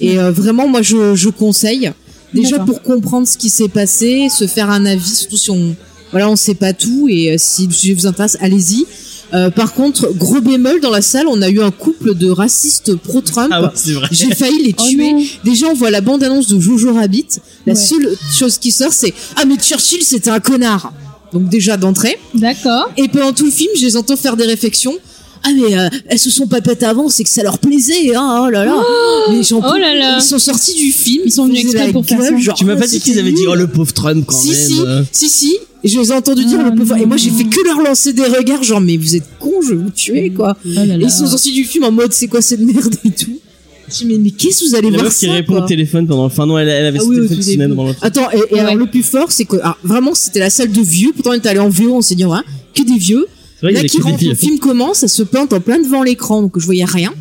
E: Et euh, vraiment, moi, je, je conseille. Déjà
D: D'accord.
E: pour comprendre ce qui s'est passé, se faire un avis, surtout si on voilà, on sait pas tout et euh, si le sujet vous intéresse, allez-y. Euh, par contre, gros bémol dans la salle, on a eu un couple de racistes pro-Trump.
B: Ah ouais, c'est vrai.
E: J'ai failli les
D: (laughs) Oh
E: tuer.
D: non.
E: Déjà, on voit la bande-annonce de Jojo Rabbit. La
D: Ouais.
E: seule chose qui sort, c'est Ah, mais Churchill, c'était un connard. Donc, déjà d'entrée.
D: D'accord.
E: Et pendant tout le film, je les entends faire des réflexions. Ah mais euh, elles se sont pas pètes avant, c'est que ça leur plaisait, hein, oh là là. mais j'en
D: Oh
E: peux
D: là
E: plus.
D: là.
E: Ils sont sortis du film,
D: Ils sont venus
E: faisaient
D: exprès
E: la
D: pour faire
E: gueule,
D: ça.
E: genre,
B: Tu m'as
E: oh,
B: pas dit qu'ils
E: c'était
B: avaient dit
E: nul.
B: oh le pauvre Trump quand
E: Si,
B: même.
E: si.
B: euh.
E: Si si, et je les ai entendus dire
D: Ah,
E: le pauvre. Et moi
D: non.
E: j'ai fait que leur lancer des regards, genre mais vous êtes cons, je vais vous tuer quoi.
D: Oh là
E: Et
D: là.
E: ils sont sortis du film en mode c'est quoi cette merde et tout. Je dis mais, mais qu'est-ce que vous allez
B: La
E: voir
B: meuf qui
E: ça,
B: répond
E: quoi
B: au téléphone pendant. Enfin non, elle, elle avait
E: Ah
B: son
E: oui, au
B: téléphone
E: tout
B: qui sonnait
E: début.
B: devant l'entrée.
E: Attends, et, et
D: Ouais.
E: alors le plus fort, c'est que ah, vraiment c'était la salle de vieux. Pourtant on était allé en VO, on s'est dit ouais, que des vieux.
B: C'est vrai, il y
E: Là
B: avait
E: qui
B: que des
E: rentre, le
B: filles.
E: film commence, elle se plante en plein devant l'écran, donc je voyais rien.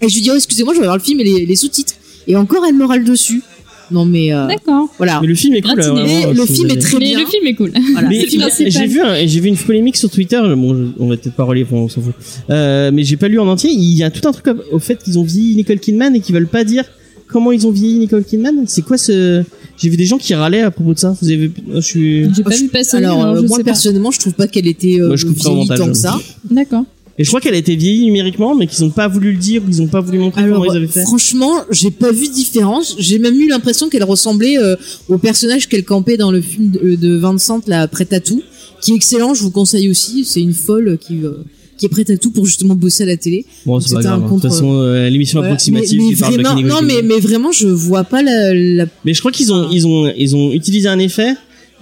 E: Et je lui dis, oh, excusez-moi, je vais voir le film et les, les sous-titres. Et encore, elle me râle dessus. Non, mais euh,
D: D'accord.
E: voilà.
B: Mais le film est cool.
D: Gratiné.
B: vraiment,
E: Mais
B: euh,
E: Eh, le
B: si
E: film
B: vous
E: est
B: avez-
E: très
D: Mais
E: bien.
D: le film est cool.
E: Voilà.
B: Mais
D: le film principal.
B: j'ai vu, un- j'ai vu une polémique sur Twitter. Bon, je- on va peut-être pas relayer, on s'en fout. Euh, mais j'ai pas lu en entier. Il y a tout un truc au- au fait qu'ils ont vieilli Nicole Kidman et qu'ils veulent pas dire comment ils ont vieilli Nicole Kidman. C'est quoi ce J'ai vu des gens qui râlaient à propos de ça. Vous avez Je suis.
D: J'ai
E: Moi,
D: pas
E: je-
D: vu passer.
E: Alors, euh,
D: Alors, je
E: moi,
D: sais pas.
E: personnellement, je trouve pas qu'elle était euh,
B: Moi, je coupe hein. ça au
E: vieillie
B: montage,
E: tant que
B: je-
E: ça.
D: D'accord.
B: Et je crois qu'elle a été vieillie numériquement, mais qu'ils ont pas voulu le dire, qu'ils ont pas voulu montrer
E: Alors,
B: comment ils avaient fait.
E: franchement, j'ai pas vu de différence. J'ai même eu l'impression qu'elle ressemblait euh, au personnage qu'elle campait dans le film de, de Vincent, la prête à tout, qui est excellent. Je vous conseille aussi. C'est une folle qui, euh, qui est prête à tout pour justement bosser à la télé.
B: Bon, c'est pas
E: c'était un
B: grave. De toute
E: contre-
B: façon, euh, l'émission
E: Voilà.
B: approximative
E: Mais- mais
B: qui parle de
E: vraiment,
B: Nicole
E: non,
B: Kidman.
E: mais, Ah. mais vraiment, je vois pas la, la
B: Mais je crois qu'ils ont, ils ont, ils ont utilisé un effet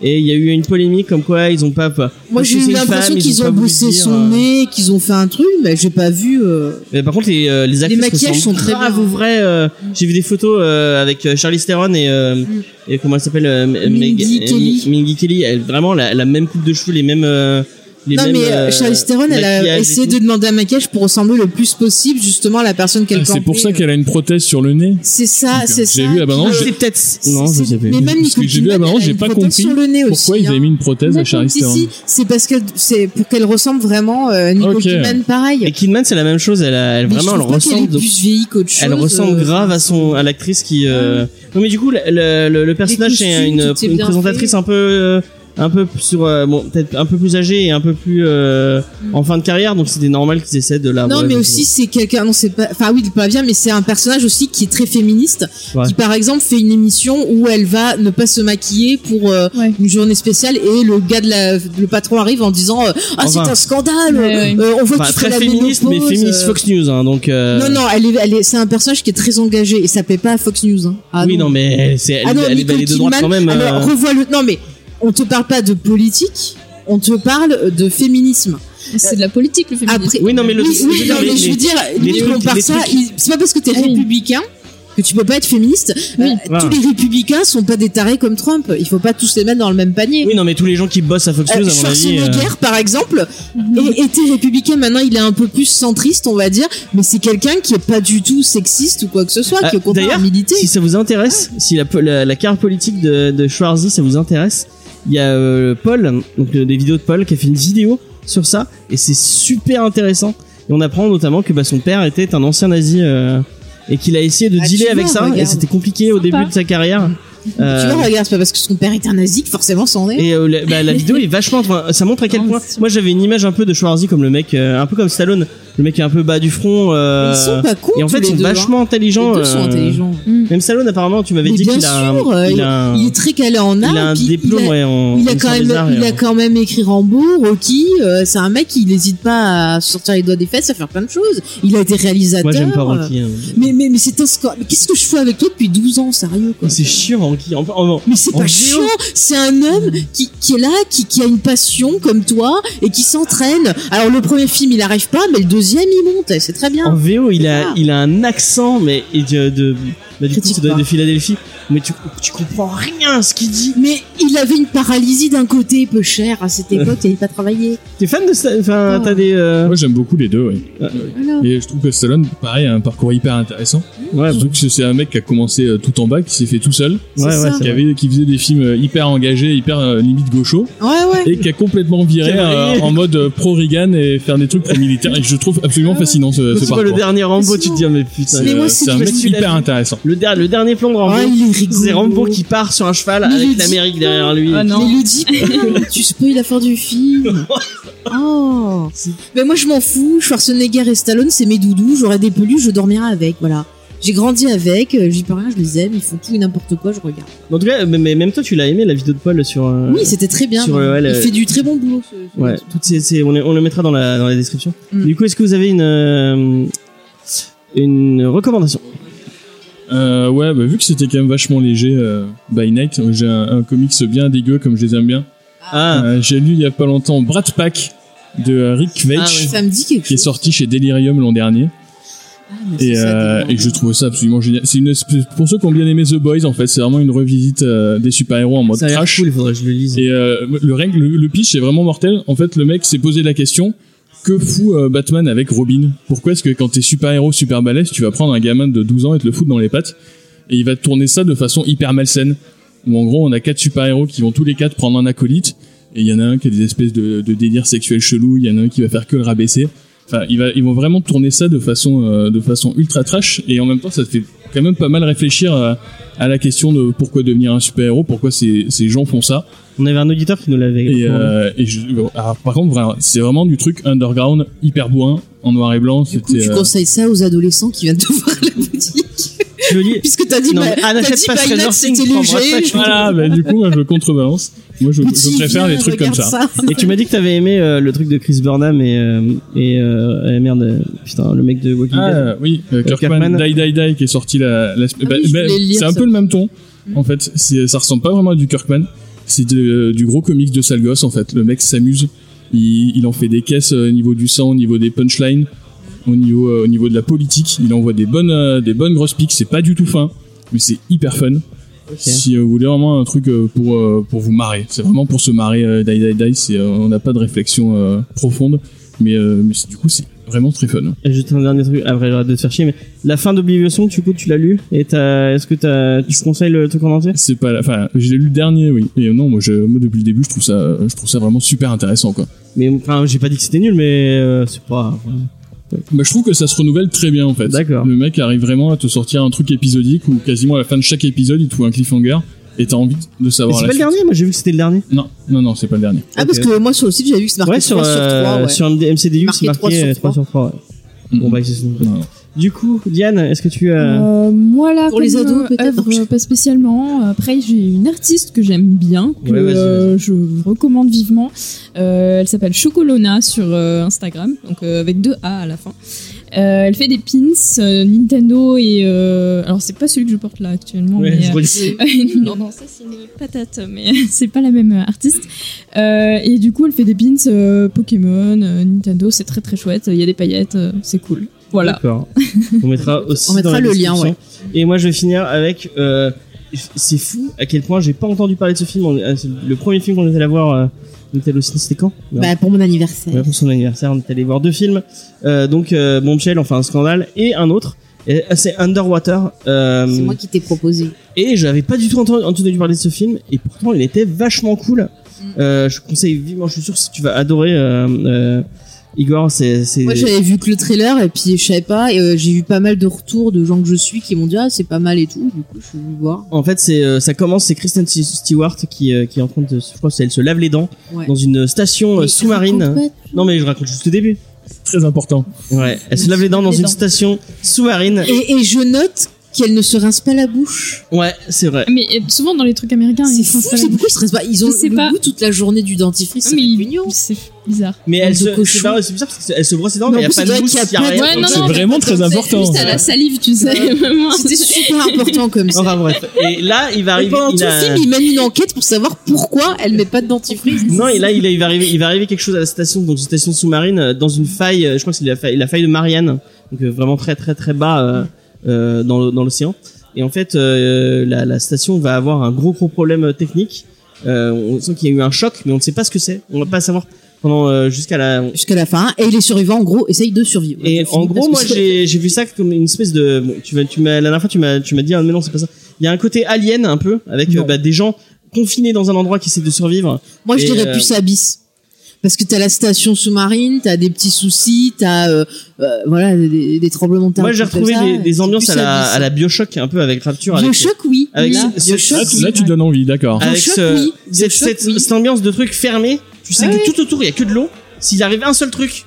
B: et il y a eu une polémique comme quoi ils ont pas. pas-
E: Moi
B: parce
E: j'ai
B: que c'est
E: eu
B: une
E: l'impression
B: femme, ils
E: qu'ils
B: pas
E: ont
B: voulu
E: bossé
B: dire,
E: son
B: euh,
E: nez, qu'ils ont fait un truc, mais j'ai pas vu. euh,
B: Mais par contre, les, euh, les actrices
E: maquillages
B: ressemblent
E: sont très
B: grave
E: bien.
B: au vrai. euh, J'ai vu des photos euh, avec euh, Charlize Theron et, euh, et comment elle s'appelle euh, M-
E: Mindy
B: Meg-
E: Kelly.
B: euh, Mi- Mindy Kelly. Elle, vraiment la, la même coupe de cheveux, les mêmes. euh, les
E: Non
B: mêmes,
E: mais
B: euh,
E: euh, Charlize Theron, elle a
B: maquillages et
E: essayé
B: tout.
E: de demander un maquillage pour ressembler le plus possible justement à la personne qu'elle
C: Ah, c'est pour
E: campait.
C: ça qu'elle a une prothèse sur le nez.
E: C'est ça,
C: J'ai
E: c'est ça.
C: vu, ah bah non,
B: Ah,
C: je-
B: c'est peut-être. Non, je
E: C'est-
B: sais pas.
E: Mais même
C: Parce
E: Nicole
C: que j'ai vu, ah bah
E: Kidman,
C: non,
E: elle a
C: j'ai
E: une
C: pas
E: prothèse
C: compris
E: sur le nez aussi.
C: Pourquoi ils
E: hein.
C: avaient mis une prothèse à
D: D'accord,
C: Charlize
E: Si,
C: Theron
E: si, c'est parce que c'est pour qu'elle ressemble vraiment euh, à Nicole
C: Ok.
E: Kidman pareil.
B: Et Kidman, c'est la même chose. Elle, a- elle
E: Mais je
B: vraiment,
E: trouve
B: elle
E: pas qu'elle
B: ressemble.
E: est
B: de-
E: plus vieillie qu'autre chose.
B: Elle ressemble
E: euh, Ah
B: grave à son à l'actrice qui. euh, Non mais du coup, le, le- le- le personnage c'est
E: costumes,
B: une,
E: tout est
B: une
E: bien
B: présentatrice
E: fait.
B: un peu euh, un peu sur euh, bon peut-être un peu plus âgée et un peu plus euh, en fin de carrière, donc c'était normal qu'ils essaient de la.
E: Non,
B: ouais,
E: mais
B: je-
E: aussi c'est quelqu'un, non c'est pas, enfin oui, pas bien, mais c'est un personnage aussi qui est très féministe,
B: Ouais.
E: qui par exemple fait une émission où elle va ne pas se maquiller pour euh,
D: Ouais.
E: une journée spéciale et le gars de la, le patron arrive en disant euh, ah
B: Enfin.
E: c'est un scandale,
D: Ouais, ouais.
E: euh, on voit que
B: Enfin,
E: tu fais
B: très
E: la
B: féministe, mais
E: ménopause,
B: féministe
E: euh.
B: Fox News, hein, donc. euh,
E: Non non, elle est, elle est, c'est un personnage qui est très engagé et ça plaît pas à Fox News. Hein. Ah
B: oui, non, mais elle, c'est, elle,
E: ah non,
B: elle est
E: Nicole
B: balayée de droite
E: Kidman,
B: quand même.
E: alors,
B: euh,
E: revois le, non mais on te parle pas de politique, on te parle de féminisme.
D: C'est de la politique le film.
E: Après,
B: Oui, non, mais le-
E: oui,
B: je veux
E: oui,
B: dire,
E: non,
B: les-
E: mais je veux dire,
B: les
E: lui, il
B: trucs-
E: compare
B: les
E: ça.
B: trucs-
E: il- C'est pas parce que t'es
D: Ah oui.
E: républicain que tu peux pas être féministe.
D: Oui.
E: Euh,
B: Voilà.
E: Tous les républicains sont pas des tarés comme Trump. Il faut pas tous les mettre dans le même panier.
B: Oui, non, mais tous les gens qui bossent à Fox
E: Euh,
B: News, à mon avis. euh,
E: Schwarzenegger, par exemple, et- était républicain. Maintenant, il est un peu plus centriste, on va dire, mais c'est quelqu'un qui est pas du tout sexiste ou quoi que ce soit,
B: Ah,
E: qui est au contraire
B: d'ailleurs,
E: milité.
B: Si ça vous intéresse, si la, po- la, la carte politique de, de Schwarzy, ça vous intéresse, il y a euh, Paul, donc euh, des vidéos de Paul, qui a fait une vidéo sur ça, et c'est super intéressant. Et on apprend notamment que bah, son père était un ancien nazi, euh, et qu'il a essayé de
E: Ah, tu
B: dealer
E: vois,
B: avec ça,
E: regarde.
B: et c'était compliqué au
D: Sympa.
B: début de sa carrière.
E: Tu
B: Euh,
E: vois, regarde, c'est pas parce que son père est un nazi que forcément c'en est.
B: et euh, la, bah, la vidéo est vachement. enfin, Ça montre à quel
D: Non,
B: point.
D: c'est sûr.
B: Moi j'avais une image un peu de Schwarzy comme le mec, euh, un peu comme Stallone, le mec qui est un peu bas du front. euh,
E: Ils sont pas cons.
B: et en fait,
E: tous
B: ils
E: les
B: sont
E: deux, hein.
B: vachement intelligents.
E: Les deux sont
B: euh,
E: intelligents.
B: Même Stallone, apparemment, tu m'avais
E: Mais
B: dit
E: bien
B: qu'il a, un-
E: sûr, euh,
B: il a un,
E: Il est très calé en
B: il
E: art.
B: a un
E: puis
B: diplôme
E: il a-
B: ouais, en
E: Il
B: en
E: a,
B: histoire
E: quand même,
B: des arts et
E: il a
B: en-
E: quand même écrit Rambo, Rocky. euh, c'est un mec qui n'hésite pas à sortir les doigts des fesses, à faire plein de choses. Il a été réalisateur.
B: Moi, j'aime pas
E: euh,
B: Rocky. hein.
E: Mais, mais, mais c'est un score. Mais qu'est-ce que je fais avec toi depuis 12 ans, sérieux quoi
B: Oh, C'est chiant, en qui en, en- en-
E: Mais c'est
B: En
E: pas
B: géo.
E: chiant, c'est un homme qui, qui est là, qui, qui a une passion comme toi et qui s'entraîne. Alors le premier film il arrive pas, mais le deuxième il monte, et c'est très
B: en
E: bien.
B: VO, il a,
E: Ah.
B: il a un accent, mais et de, de- bah, du coup,
E: Critique
B: ça doit être
E: pas.
B: de Philadelphie. Mais tu, tu comprends rien à ce qu'il dit.
E: Mais il avait une paralysie d'un côté peu cher
B: (laughs)
E: à cette époque, il n'avait pas travaillé.
B: T'es fan de ça Enfin,
E: Oh.
B: t'as des. euh,
C: Moi, j'aime beaucoup les deux, ouais.
E: Voilà.
C: Et je trouve que Stallone, pareil, a un parcours hyper intéressant.
B: Ouais,
C: Surtout que c'est un mec qui a commencé euh, tout en bas, qui s'est fait tout seul,
E: c'est
B: ouais, ouais,
E: ça.
B: Ah, c'est
C: qui,
B: vrai.
C: avait, qui faisait des films euh, hyper engagés, hyper euh, limite gaucho,
E: Ouais, ouais.
C: et qui a complètement viré
B: Qui a
C: euh,
B: vrillé.
C: en mode euh, pro-Reagan et faire des trucs pro-militaires. Et que je trouve absolument fascinant ce,
B: Quand
C: ce
B: Ah. tu vois le
C: Euh, parcours.
B: dernier Rambo, tu te dis, ah, mais putain.
E: Mais
C: C'est
E: moi,
C: euh,
E: c'est
C: c'est un
E: que je
C: mec
B: suis
C: hyper
B: là-dessus.
C: intéressant.
B: Le, der- le dernier plan de Rambo,
E: Ah, il est rigolo.
B: c'est Rambo qui part sur un cheval
E: Mais
B: avec
E: il dit-
B: l'Amérique derrière lui.
D: Ah, non.
E: Mais le dis pas, (laughs) tu spoil la fin du film. Oh. Ben moi je m'en fous, Schwarzenegger et Stallone c'est mes doudous, j'aurai des peluches, je dormirai avec, voilà. J'ai grandi avec, euh, j'y peux rien, je les aime, ils font tout et n'importe quoi, je regarde.
B: En tout cas, mais- mais même toi, tu l'as aimé la vidéo de Paul sur. euh,
E: oui, c'était très bien.
B: sur, euh, ouais,
E: il
B: le-
E: fait du très bon boulot. ce- ce
B: Ouais,
E: mec.
B: toutes ces, ces- on, les- on le mettra dans la, dans la description.
E: Mm.
B: Du coup, est-ce que vous avez une, euh, une recommandation
C: Euh, ouais, bah, vu que c'était quand même vachement léger, euh, By Night, euh, j'ai un, un comics bien dégueu comme je les aime bien.
B: Ah,
C: Euh, j'ai lu il y a pas longtemps Brat Pack de euh, Rick
B: Ah,
C: Veitch,
E: Ça me dit quelque
C: qui est
E: chose.
C: sorti chez Delirium l'an dernier.
E: Ah, mais c'est
C: Et,
E: ça,
C: euh,
E: t'es
C: et je trouvais ça absolument génial. C'est une espèce- pour ceux qui ont bien aimé The Boys en fait, c'est vraiment une revisite euh, des super-héros en mode
B: ça a l'air
C: trash.
B: cool, il faudrait que je le lise.
C: Et euh, le règle, le, le pitch est vraiment mortel. En fait, le mec s'est posé la question que fout euh, Batman avec Robin Pourquoi est-ce que quand t'es super-héros super balèze, tu vas prendre un gamin de 12 ans et te le foutre dans les pattes Et il va tourner ça de façon hyper malsaine. Où en gros, on a quatre super-héros qui vont tous les quatre prendre un acolyte. Et il y en a un qui a des espèces de, de délires sexuels chelous. Il y en a un qui va faire que le rabaisser. Enfin, il va, ils vont vraiment tourner ça de façon, euh, de façon ultra trash. Et en même temps, ça te fait quand même pas mal réfléchir à, à la question de pourquoi devenir un super-héros, pourquoi ces, ces gens font ça.
B: On avait un auditeur qui nous l'avait.
C: Et, euh, et je- alors, par contre, vraiment, c'est vraiment du truc underground, hyper bourrin, en noir et blanc.
E: Du coup,
C: C'était
E: tu
C: euh,
E: conseilles ça aux adolescents qui (laughs) viennent d'ouvrir la boutique.
B: Je le lis.
E: Puisque t'as dit,
B: Non,
E: bah,
B: mais, ah,
E: t'as
B: n'achète
E: dit
B: pas
E: By
B: Stranger
E: Night,
B: Things,
E: c'était
B: prends
E: léger.
B: Brad Pack.
C: voilà, bah, du coup, moi, je contrebalance. Moi, je,
E: Petit,
C: je préfère les
E: viens,
C: trucs comme
E: regarde
C: ça.
B: Et tu m'as dit que t'avais aimé euh, le truc de Chris Burnham et, euh, et euh, eh, merde, euh, putain, le mec de Walking
C: Ah
B: Dead.
C: euh, oui, euh, Kirkman,
B: Kirkman.
C: Die Die Die qui est sorti la. la-
E: Ah oui, je voulais le lire,
C: c'est un
E: ça.
C: peu le même ton. En fait, c'est, ça ressemble pas vraiment à du Kirkman. C'est de- euh, du gros comics de sale gosse. En fait, le mec s'amuse. Il, il en fait des caisses euh, au niveau du sang, au niveau des punchlines, au niveau euh, au niveau de la politique. Il envoie des bonnes euh, des bonnes grosses piques. C'est pas du tout fin, mais c'est hyper fun. Si euh, vous voulez vraiment un truc euh, pour euh, pour vous marrer, c'est vraiment pour se marrer. euh, die Die Die, c'est euh, on n'a pas de réflexion euh, profonde, mais, euh, mais c'est- du coup c'est vraiment très fun.
B: Et Juste un dernier truc, après j'arrête de te faire chier, mais la fin d'Oblivion, du coup, tu l'as lu et t'as- est-ce que t'as- tu conseilles le truc en entier
C: C'est pas la... enfin, je l'ai lu le dernier, oui. Et non, moi, je... moi, depuis le début, je trouve ça, je trouve ça vraiment super intéressant, quoi.
B: Mais enfin, j'ai pas dit que c'était nul, mais euh, c'est
E: Ah
B: pas.
C: Bah, je trouve que ça se renouvelle très bien, en fait.
B: D'accord.
C: Le mec arrive vraiment à te sortir un truc épisodique où quasiment à la fin de chaque épisode, il te fout un cliffhanger et t'as envie de
B: Mais
C: savoir
B: c'est
C: la
B: pas le
C: suite.
B: dernier, moi j'ai vu que c'était le dernier.
C: Non, non, non, c'est pas le dernier.
E: Ah, parce
B: Ok.
E: que moi sur le site, j'avais vu que c'était marqué
B: Ouais, sur,
E: 3 sur 3.
B: euh,
E: ouais.
B: sur MCDU, c'est
E: Marqué
B: marqué 3
E: trois sur
B: sur 3.
E: trois.
B: ouais. Bon,
C: Mm.
B: bah, c'est
C: Non, non.
B: Du coup, Diane, est-ce que tu. euh,
D: Euh, moi là,
E: Pour les
D: comme,
E: ados,
D: euh,
E: peut-être.
D: œuvre, euh, pas spécialement. Après, j'ai une artiste que j'aime bien, que
B: Ouais, vas-y, vas-y.
D: euh, je vous recommande vivement. Euh, elle s'appelle Chocolona sur euh, Instagram, donc euh, avec deux A à la fin. Euh, elle fait des pins euh, Nintendo et euh, alors c'est pas celui que je porte là actuellement.
B: ouais,
D: mais,
B: je
D: euh,
B: relis.
D: euh, (laughs) non, non, ça c'est une patate, mais (laughs) c'est pas la même euh, artiste. Euh, et du coup, elle fait des pins euh, Pokémon, euh, Nintendo, c'est très très chouette. Il y a des paillettes, euh, c'est cool. Voilà.
B: D'accord. On
E: (laughs)
B: mettra aussi
E: On mettra
B: dans la
E: le lien,
B: description. Et moi, je vais finir avec. euh, c'est fou à quel point j'ai pas entendu parler de ce film. On- euh, c'est Le premier film qu'on est allé voir, euh, on était allé au ciné, c'était quand Non.
E: Bah, pour mon anniversaire.
B: Ouais, pour son anniversaire, on est allé voir deux films. Euh, donc, euh, Bombshell, enfin un scandale, et un autre. Et, euh, C'est Underwater. euh,
E: C'est moi qui t'ai proposé.
B: et j'avais pas du tout entendu, entendu parler de ce film et pourtant il était vachement cool
E: Mm.
B: euh, je conseille vivement je suis sûr que tu vas adorer euh, euh, Igor c'est c'est
E: Moi, j'avais vu que le trailer et puis je savais pas. et, euh, j'ai eu pas mal de retours de gens que je suis qui m'ont dit ah c'est pas mal et tout. Du coup, je suis venue voir.
B: en fait c'est euh, ça commence c'est Kristen St- Stewart qui euh, qui est en train de je crois qu'elle se lave les dents
E: Ouais.
B: dans une station euh,
E: Mais raconte
B: sous-marine
E: pas tout.
B: non mais je raconte juste le début
C: C'est très important.
B: ouais elle se lave les dents dans une station sous-marine
E: Et, et je note qu'elle ne se rince pas la bouche.
B: Ouais, c'est vrai.
D: Mais euh, souvent dans les trucs américains,
E: C'est
D: ils
E: fou,
D: font ça.
E: c'est pourquoi ils se rincent pas. Ils ont
D: Je sais
E: le
D: pas.
E: goût toute la journée du dentifrice.
D: Mais
E: c'est
D: ils-
E: mignon.
D: C'est bizarre.
B: Mais
E: Bande
B: elle
E: de
B: se,
E: cochons.
B: c'est pas- c'est bizarre parce qu'elle se brosse les dents,
E: Non,
B: mais il
E: en
B: n'y
E: plus,
B: a pas
E: il
B: de
E: doit
B: mousse,
E: qu'il y a
B: il n'y a
E: pas de-
B: rien.
D: Ouais,
B: donc
D: non,
B: c'est-
D: non.
C: C'est vraiment très important.
D: Juste à
C: ça.
D: la salive, tu
E: (laughs)
D: sais. vraiment.
E: (laughs) C'était super important comme ça.
B: Enfin bref. Et là, il va
E: Et
B: arriver.
E: pendant
B: il
E: tout
B: a-
E: le film, il mène une enquête pour savoir pourquoi elle met pas de dentifrice.
B: Non, et là, il, il va arriver, il va arriver quelque chose à la station, donc une station sous-marine, euh, dans une faille, euh, je crois que c'est la faille, la faille de Marianne, donc euh, vraiment très très très bas euh, euh, dans le- dans l'océan. Et en fait, euh, la, la station va avoir un gros gros problème euh, technique. Euh, on sent qu'il y a eu un choc, mais on ne sait pas ce que c'est. On va pas savoir pendant euh, jusqu'à la.
E: Jusqu'à la fin. Et les survivants, en gros, essayent de survivre.
B: Et
E: Donc,
B: en
E: parce
B: gros,
E: que
B: moi,
E: c'est-
B: j'ai j'ai vu ça comme une espèce de. bon, tu m'as, tu m'as, la dernière fois, tu m'as, tu m'as dit, ah, mais non, c'est pas ça. Il y a un côté alien un peu, avec euh,
E: Non.
B: bah, des gens confinés dans un endroit qui essaient de survivre.
E: Moi, je
B: Et,
E: dirais
B: euh,
E: plus Abyss. Parce que t'as la station sous-marine, t'as des petits soucis, t'as euh, euh, voilà des, des tremblements de terre.
B: Moi, j'ai
E: des trucs
B: retrouvé
E: comme ça,
B: des,
E: et
B: des
E: c'est
B: ambiances
E: plus
B: à la,
E: Abyss.
B: à la Bioshock, un peu avec Rapture. avec- euh,
E: Bioshock, oui.
B: avec
E: Là,
B: ce-
E: Bioshock,
C: Là, tu- là, tu
D: Ouais.
C: donnes envie, d'accord.
B: avec
E: Bioshock,
B: ce-
E: oui.
B: cette,
E: Bioshock,
B: cette-
E: oui.
B: cette ambiance de truc fermé. Tu sais que tout autour, il y a que de l'eau. S'il arrive un seul truc,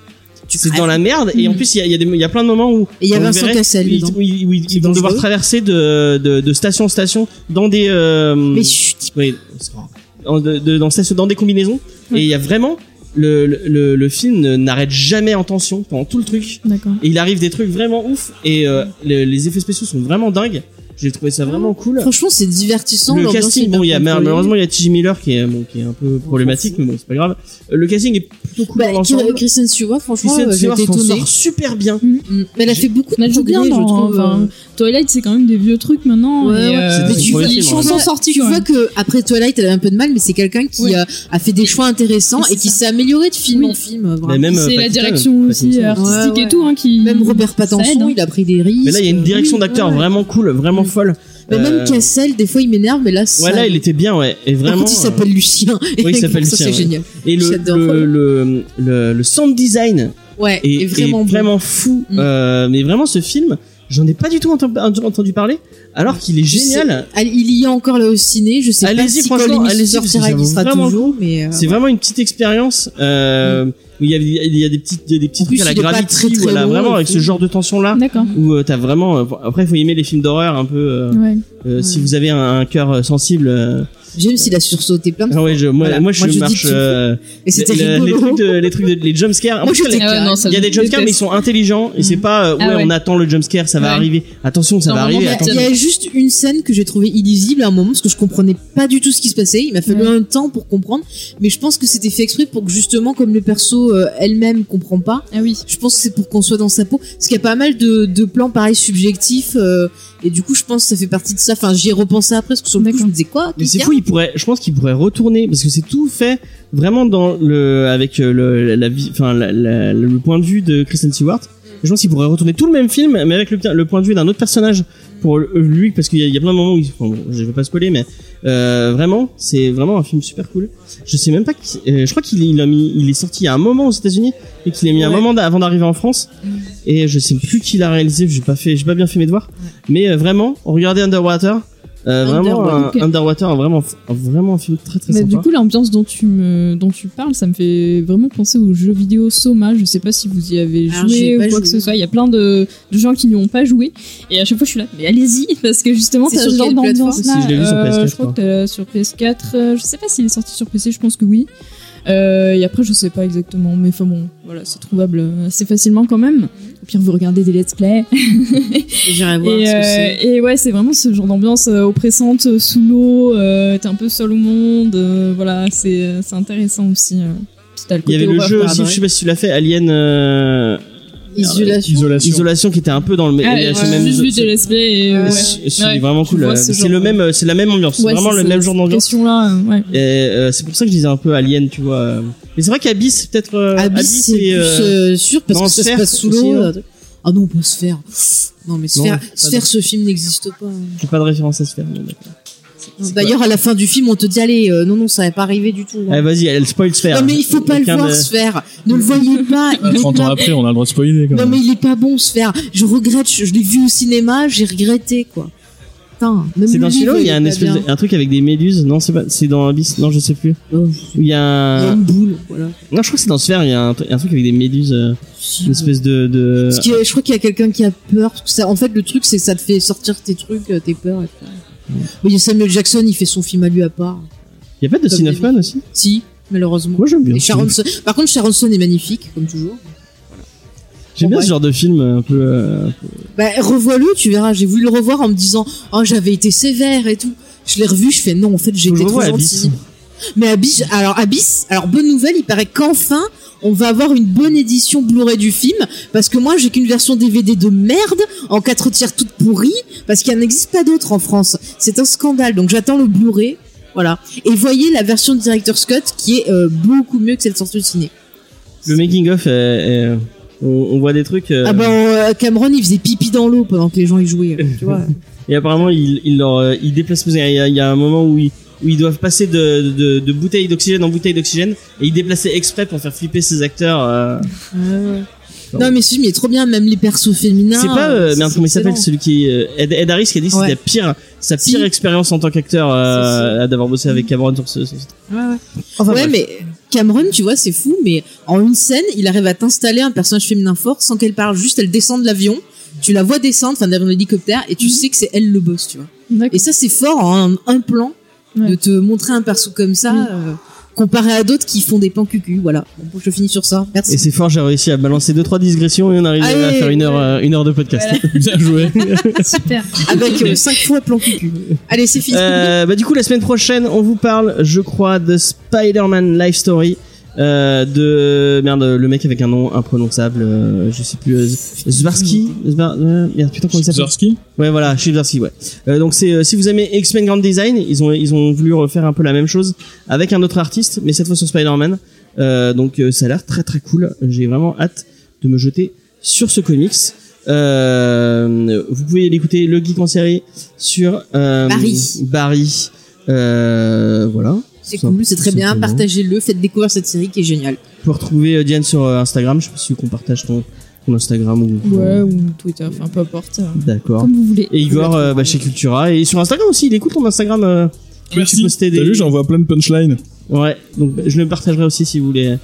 B: c'est
E: crèves. Mm.
B: dans la merde. Et en
D: Mhm.
B: plus, il y a, il y a des- il y a plein de moments où.
E: Et il y a
B: on
E: Vincent
B: verrait-
E: Cassel
B: où ils-
E: dedans.
B: où ils- où ils-
E: C'est
B: ils vont devoir
E: dangereux.
B: traverser de, de, de station en station dans des. euh,
E: Mais chut,
B: Oui, c'est vrai. Dans- de- de- dans, ces- dans des combinaisons. Et il y a vraiment. Le, le, le- le film ne- n'arrête jamais en tension pendant tout le truc.
D: D'accord.
B: Et il arrive des trucs vraiment ouf. Et euh, le- les effets spéciaux sont vraiment dingues. J'ai trouvé ça vraiment cool.
E: Ah, franchement, c'est divertissant.
B: Le
E: l'ambiance est
B: casting,
E: bien
B: bon, il y a,
E: contrôlée.
B: malheureusement, il y a T.J. Miller qui est, bon, qui est un peu problématique, mais bon, c'est pas grave. Euh, Le casting est plutôt cool
E: Bah,
B: dans l'ensemble.
E: Kristen Stewart, franchement,
B: Kristen
E: euh, j'ai
B: Stewart
E: été
B: s'en
E: étonnée.
B: sort super bien.
E: Mm. Mais elle a fait beaucoup de
D: Elle joue
E: progrès,
D: bien
E: je
D: dans-
E: trouve.
D: enfin,
E: euh,
D: Twilight, c'est quand même des vieux trucs maintenant.
E: Ouais,
D: et,
E: ouais.
D: euh,
B: C'était du
D: ils-
B: premier
D: ils
B: film,
D: sont
E: hein.
B: ouais.
D: s'en sortis.
E: Tu vois que après Twilight, elle avait un peu de mal, mais c'est quelqu'un qui
D: Oui.
E: euh, a fait des choix intéressants
D: Oui,
E: et
D: c'est
E: qui
D: ça.
E: s'est amélioré de film
D: Oui.
E: en film. euh, vraiment.
B: Mais même, euh,
D: c'est la
B: Pattinson,
D: direction aussi
B: Pattinson.
D: artistique
E: Ouais,
D: et tout hein, qui
E: Même Robert
D: ça
E: Pattinson,
D: aide, hein.
E: il a pris des risques.
B: Mais là, il y a une direction
E: Oui,
B: d'acteur
E: ouais.
B: vraiment cool, vraiment
E: Mm.
B: folle.
E: Mais
B: Euh,
E: même Cassel, des fois, il m'énerve, mais là, ça...
B: Ouais, là, il était bien, ouais. Et
E: Par
B: vraiment. euh,
E: contre, il s'appelle Lucien. (laughs)
B: Oui, il s'appelle
E: Ça,
B: Lucien,
E: C'est
B: ouais.
E: génial.
B: euh, Et le,
E: j'adore.
B: le, le, le, le sound design
E: Ouais,
B: est,
E: et,
B: est
E: vraiment
B: vraiment,
E: bon.
B: fou.
E: Mm.
B: Euh, mais vraiment, ce film, j'en ai pas du tout enten- entendu parler, alors qu'il est
E: Je sais-
B: génial.
E: Allez, Il y a encore là au ciné, je sais pas
B: Allez-y,
E: si quand
B: franchement,
E: l'émission
B: allez-y, parce que
E: sortira,
B: ça
E: il
B: vaut
E: y sera
B: vraiment le
E: toujours, mais... euh,
B: C'est vraiment une petite expérience. Euh, où Il y a, il y a des petites, il y a des petits
E: En plus,
B: trucs à la
E: il est pas
B: gravité,
E: très, très
B: voilà,
E: long,
B: vraiment
E: le
B: avec ce
E: film.
B: genre de tension là,
D: D'accord.
B: où euh, t'as vraiment. euh, bon, après, il faut aimer les films d'horreur un peu. euh,
D: Ouais.
B: euh, Si
E: Ouais.
B: vous avez un, un cœur euh, sensible, euh,
E: James, il a sursauté plein de
B: ah ouais, je, moi,
E: Voilà.
B: moi, je
E: Moi, je dis
B: marche.
E: tu-
B: euh,
E: Et c'était
B: les- les,
E: rigolo.
B: trucs de, les trucs de, les jump scares. En
E: Moi,
B: plus,
E: j'étais
B: les-
E: Ah ouais, non,
B: il y a des jump scares, mais ils sont intelligents et
D: Mhm.
B: c'est pas euh, ouais,
D: Ah ouais.
B: on attend le jump scare, ça va
D: Ouais.
B: arriver. Attention, ça va
D: Normalement,
E: Il
B: arriver.
E: y, a,
B: Attention.
E: il y a juste une scène que j'ai trouvée illisible à un moment parce que je comprenais pas du tout ce qui se passait. Il m'a fallu
D: Ouais.
E: un temps pour comprendre, mais je pense que c'était fait exprès pour que justement, comme le perso euh, elle-même comprend pas,
D: Ah oui.
E: je pense que c'est pour qu'on soit dans sa peau. Parce qu'il y a pas mal de, de plans pareils subjectifs euh, et du coup, je pense que ça fait partie de ça. Enfin, j'y ai repensé après parce que sur le coup, je
D: D'accord.
E: me disais quoi
B: Mais c'est
E: Quelqu'un
B: fou, il pourrait, je pense qu'il pourrait retourner parce que c'est tout fait vraiment dans le avec euh, le la vie, enfin la- la- le point de vue de Kristen Stewart. Je pense qu'il pourrait retourner tout le même film, mais avec le, le point de vue d'un autre personnage pour le- euh, lui, parce qu'il y, a- il y a plein de moments où, il- enfin, bon, je vais pas spoiler, mais euh, vraiment, c'est vraiment un film super cool. Je sais même pas, qui- euh, je crois qu'il est- il a mis, il est sorti il y a un moment aux États-Unis et qu'il est mis un
E: Ouais.
B: moment d'a- avant d'arriver en France. Et je sais plus qui l'a réalisé, j'ai pas fait, j'ai pas bien fait mes devoirs, mais euh, vraiment, regardez Underwater. Euh, vraiment un,
D: Underwater.
B: Underwater, un vraiment, un vraiment un film très très
D: Bah,
B: sympa.
D: du coup, l'ambiance dont tu me, dont tu parles, ça me fait vraiment penser aux jeux vidéo Soma. Je sais pas si vous y avez
E: Alors, j'y ai
D: joué ou
E: pas
D: quoi
E: joué.
D: que ce soit. Il y a plein de, de gens qui n'y ont pas joué. Et à chaque fois, je suis là. Mais allez-y, (laughs) parce que justement,
E: C'est
D: t'as
E: sur
D: ce genre
E: quelle plateforme
D: d'ambiance là.
B: Si, je l'ai vu sur PS4,
D: je crois que t'as sur PS4. euh, je sais pas s'il est sorti sur PC. Je pense que oui. Euh, et après, je sais pas exactement, mais enfin bon, voilà, c'est trouvable euh, assez facilement quand même. Au pire, vous regardez des let's play.
E: J'irai voir
D: Et,
E: ce que
D: euh,
E: c'est.
D: et ouais, c'est vraiment ce genre d'ambiance euh, oppressante, euh, sous l'eau, euh, t'es un peu seul au monde, euh, voilà, c'est euh, c'est intéressant aussi. euh. Puis t'as
B: il y
D: côté
B: avait le
D: horreur,
B: jeu
D: quoi,
B: aussi,
D: adoré.
B: je sais pas si tu l'as fait, Alien euh,
E: Isolation.
C: Isolation.
B: Isolation qui était un peu dans le même.
D: Ah,
B: il y a
D: ouais,
B: ce même-
D: juste vu
B: ce-
D: des let's play et,
B: ce-
D: euh, ouais.
B: C'est
D: Ouais,
B: vraiment
D: je
B: cool.
D: vois
B: euh,
D: ce
B: C'est
D: genre
B: le
D: de-
B: même, euh, c'est la même ambiance,
D: Ouais,
B: vraiment
D: c'est
B: le
D: ce-
B: même genre
D: cette
B: d'ambiance.
D: pression-là, euh, ouais.
B: Et euh, c'est pour ça que je disais un peu Alien, tu vois. euh. Mais c'est vrai qu'Abyss, c'est peut-être. euh,
E: Abyss, Ah, c'est
B: et,
E: plus
B: euh,
E: euh, sûr parce
B: non,
E: que ça se
B: Sphere
E: passe sous
B: aussi,
E: l'eau.
B: hein.
E: Ah non, pas se faire. Non, mais se
B: Non,
E: faire,
B: pas
E: se faire ce film n'existe pas.
B: J'ai pas de référence à se faire. non, d'accord.
E: Non, D'ailleurs, à la fin du film, on te dit allez, euh, non, non, ça va pas arriver du tout. hein.
B: Allez, Eh, vas-y, elle spoil se faire.
E: non, mais il faut pas le voir se faire. Ne le voyez pas. il est
C: 30 Euh, ans
E: pas-
C: après, on a le droit de spoiler quand
E: Non,
C: même.
E: mais il est pas bon se faire. Je regrette. Je, je l'ai vu au cinéma, j'ai regretté quoi. Putain, ne
B: C'est
E: me
B: dans
E: le dis,
B: celui-là où il y a
E: est
B: un
E: pas
B: espèce
E: bien.
B: de- un truc avec des méduses Non, c'est pas. C'est dans Abyss Non, je sais plus.
E: Oh,
B: Où il y a
E: il y a
B: un.
D: Oh.
E: une boule, voilà.
B: Non, je crois que c'est dans Sphère. Il y a un, tru- un truc avec des méduses. euh,
E: Si,
B: Une espèce de. de...
E: Parce que je crois qu'il y a quelqu'un qui a peur. Parce que ça, en fait, le truc, c'est que ça te fait sortir tes trucs, euh, tes peurs. Et tout. Mais Samuel Jackson, il fait son film à lui à part.
B: Il y a pas de
E: Comme
B: Sin
E: des
B: of Man aussi
E: Si, malheureusement.
B: Moi j'aime bien.
E: Et
B: ce film.
E: Sharon Stone- Par contre, Sharon Stone est magnifique, comme toujours.
B: J'aime bien
E: Ouais.
B: ce genre de film euh, un peu. euh,
E: Bah, revois-le, tu verras. J'ai voulu le revoir en me disant, oh, j'avais été sévère et tout. Je l'ai revu, je fais, non, en fait,
B: faut le
E: j'étais trop
B: revoir,
E: gentille. Mais Abyss, alors Abyss, alors bonne nouvelle, il paraît qu'enfin on va avoir une bonne édition Blu-ray du film parce que moi j'ai qu'une version DVD de merde en 4 tiers toute pourrie parce qu'il n'existe pas d'autre en France. C'est un scandale donc j'attends le Blu-ray, voilà. Et voyez la version de directeur Scott qui est euh, beaucoup mieux que celle sortie au ciné.
B: Le making of, euh, euh, on, on voit des trucs. euh,
E: Ah ben euh, Cameron il faisait pipi dans l'eau pendant que les gens y jouaient, tu vois.
B: Et apparemment, ils il leur, euh, ils déplacent. Il y, a- il y a un moment où ils, où ils doivent passer de, de, de bouteille d'oxygène en bouteille d'oxygène et ils déplaçaient exprès pour faire flipper ces acteurs. euh.
E: Non mais ce film il est trop bien, même les persos féminins.
B: c'est pas.
E: euh,
B: Euh, merde,
E: c'est
B: comment il s'appelle
E: excellent.
B: celui qui. euh, Ed, Ed Harris qui a dit que
E: Ouais.
B: c'était la pire, sa
E: Si.
B: pire expérience en tant qu'acteur euh, d'avoir bossé avec Cameron sur ce. sur ce- Enfin,
E: ouais,
B: bref.
E: mais Cameron, tu vois, c'est fou, mais en une scène, il arrive à t'installer un personnage féminin fort sans qu'elle parle, juste elle descend de l'avion, tu la vois descendre, enfin d'avion d'hélicoptère, et tu sais que c'est elle le boss, tu vois. Et
D: D'accord.
E: ça, c'est fort en un plan de
D: Ouais.
E: te montrer un perso comme ça,
D: Mm.
E: euh, comparé à d'autres qui font des plans cucu, voilà. Bon, je finis sur ça. Merci.
B: Et c'est fort, j'ai réussi à balancer deux trois digressions et on arrive à
E: Allez,
B: faire une heure,
E: ouais.
B: euh, une heure de podcast.
C: Bien joué.
D: Super.
B: (laughs)
E: Avec euh, cinq fois plan cucu. Allez, c'est fini.
B: Euh, bah, du coup, la semaine prochaine, on vous parle, je crois, de Spider-Man Life Story. euh, de merde le mec avec un nom imprononçable euh, je sais plus euh, Z- Zbarsky Zbar- euh, merde putain comment il s'appelle
C: Zorski
B: ouais voilà chez Zbarsky ouais Euh, donc c'est euh, si vous aimez X-Men Grand Design ils ont ils ont voulu refaire un peu la même chose avec un autre artiste mais cette fois sur Spider-Man Euh, donc euh, ça a l'air très très cool j'ai vraiment hâte de me jeter sur ce comics Euh, vous pouvez l'écouter le geek en série sur euh,
E: Barry.
B: Barry Euh, voilà
E: c'est cool, c'est très bien.
B: simplement.
E: Partagez-le, faites découvrir cette série qui est géniale.
B: Vous pouvez retrouver euh, Diane sur euh, Instagram. Je sais pas si qu'on partage ton, ton Instagram ou.
D: Ouais, ou Twitter, enfin peu importe. euh,
B: D'accord.
D: Comme vous voulez.
B: Et Igor euh, bah, chez Cultura et sur Instagram aussi. Il écoute ton Instagram. euh, tu
C: Merci.
B: postais des-
C: T'as vu, j'envoie plein de punchlines.
B: Ouais. Donc bah, je le partagerai aussi si vous voulez. euh,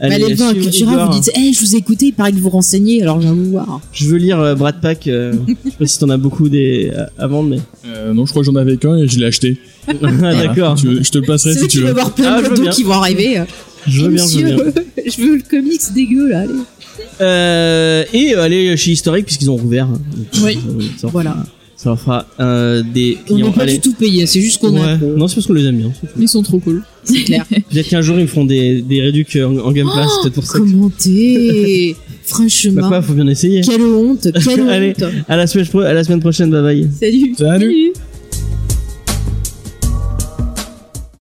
E: Bah, allez
B: aller
E: le voir à
B: suivre
E: Cultura,
B: Igor. hein.
E: vous dites, Eh, je vous ai écouté, il paraît que vous renseignez, alors je viens vous voir.
B: Je veux lire euh, Brad Pack.
E: (laughs)
B: euh, je sais pas si t'en as beaucoup des euh, à vendre, mais. (laughs)
C: Euh, non, je crois que j'en avais qu'un et je l'ai acheté.
B: Ah,
C: Voilà.
B: D'accord.
C: Tu veux- Je te le passerai
E: C'est
C: si
E: vrai
C: tu
E: qu'il va y
C: veux.
E: avoir plein
B: Ah, je
E: de
B: veux bien.
E: d'autres qui vont arriver.
B: Je veux
E: Eh,
B: bien. Je veux bien.
E: monsieur, (laughs) je veux le comics dégueu là, allez.
B: Euh, et euh, aller chez Historique puisqu'ils ont rouvert. hein. Donc,
E: Oui.
B: euh, Ça en fera,
E: Voilà.
B: ça en fera euh, des
E: On
B: clients.
E: n'est pas
B: Allez.
E: du tout payé, c'est juste qu'on
B: Ouais.
E: a.
B: Non, c'est parce qu'on les aime bien. c'est tout.
D: Ils sont trop cool.
E: C'est clair.
B: Peut-être qu'un jour ils me feront des, des réducs en, en Game Pass, (laughs) c'est peut-être pour
E: Oh,
B: ça. que- (laughs)
E: Commenter
B: Bah
E: Franchement.
B: quoi, faut bien essayer.
E: Quelle honte, quelle
B: (laughs) Allez.
E: honte.
B: À la semaine, pro- à la semaine prochaine, bye bye.
D: Salut.
C: Salut.
D: Salut.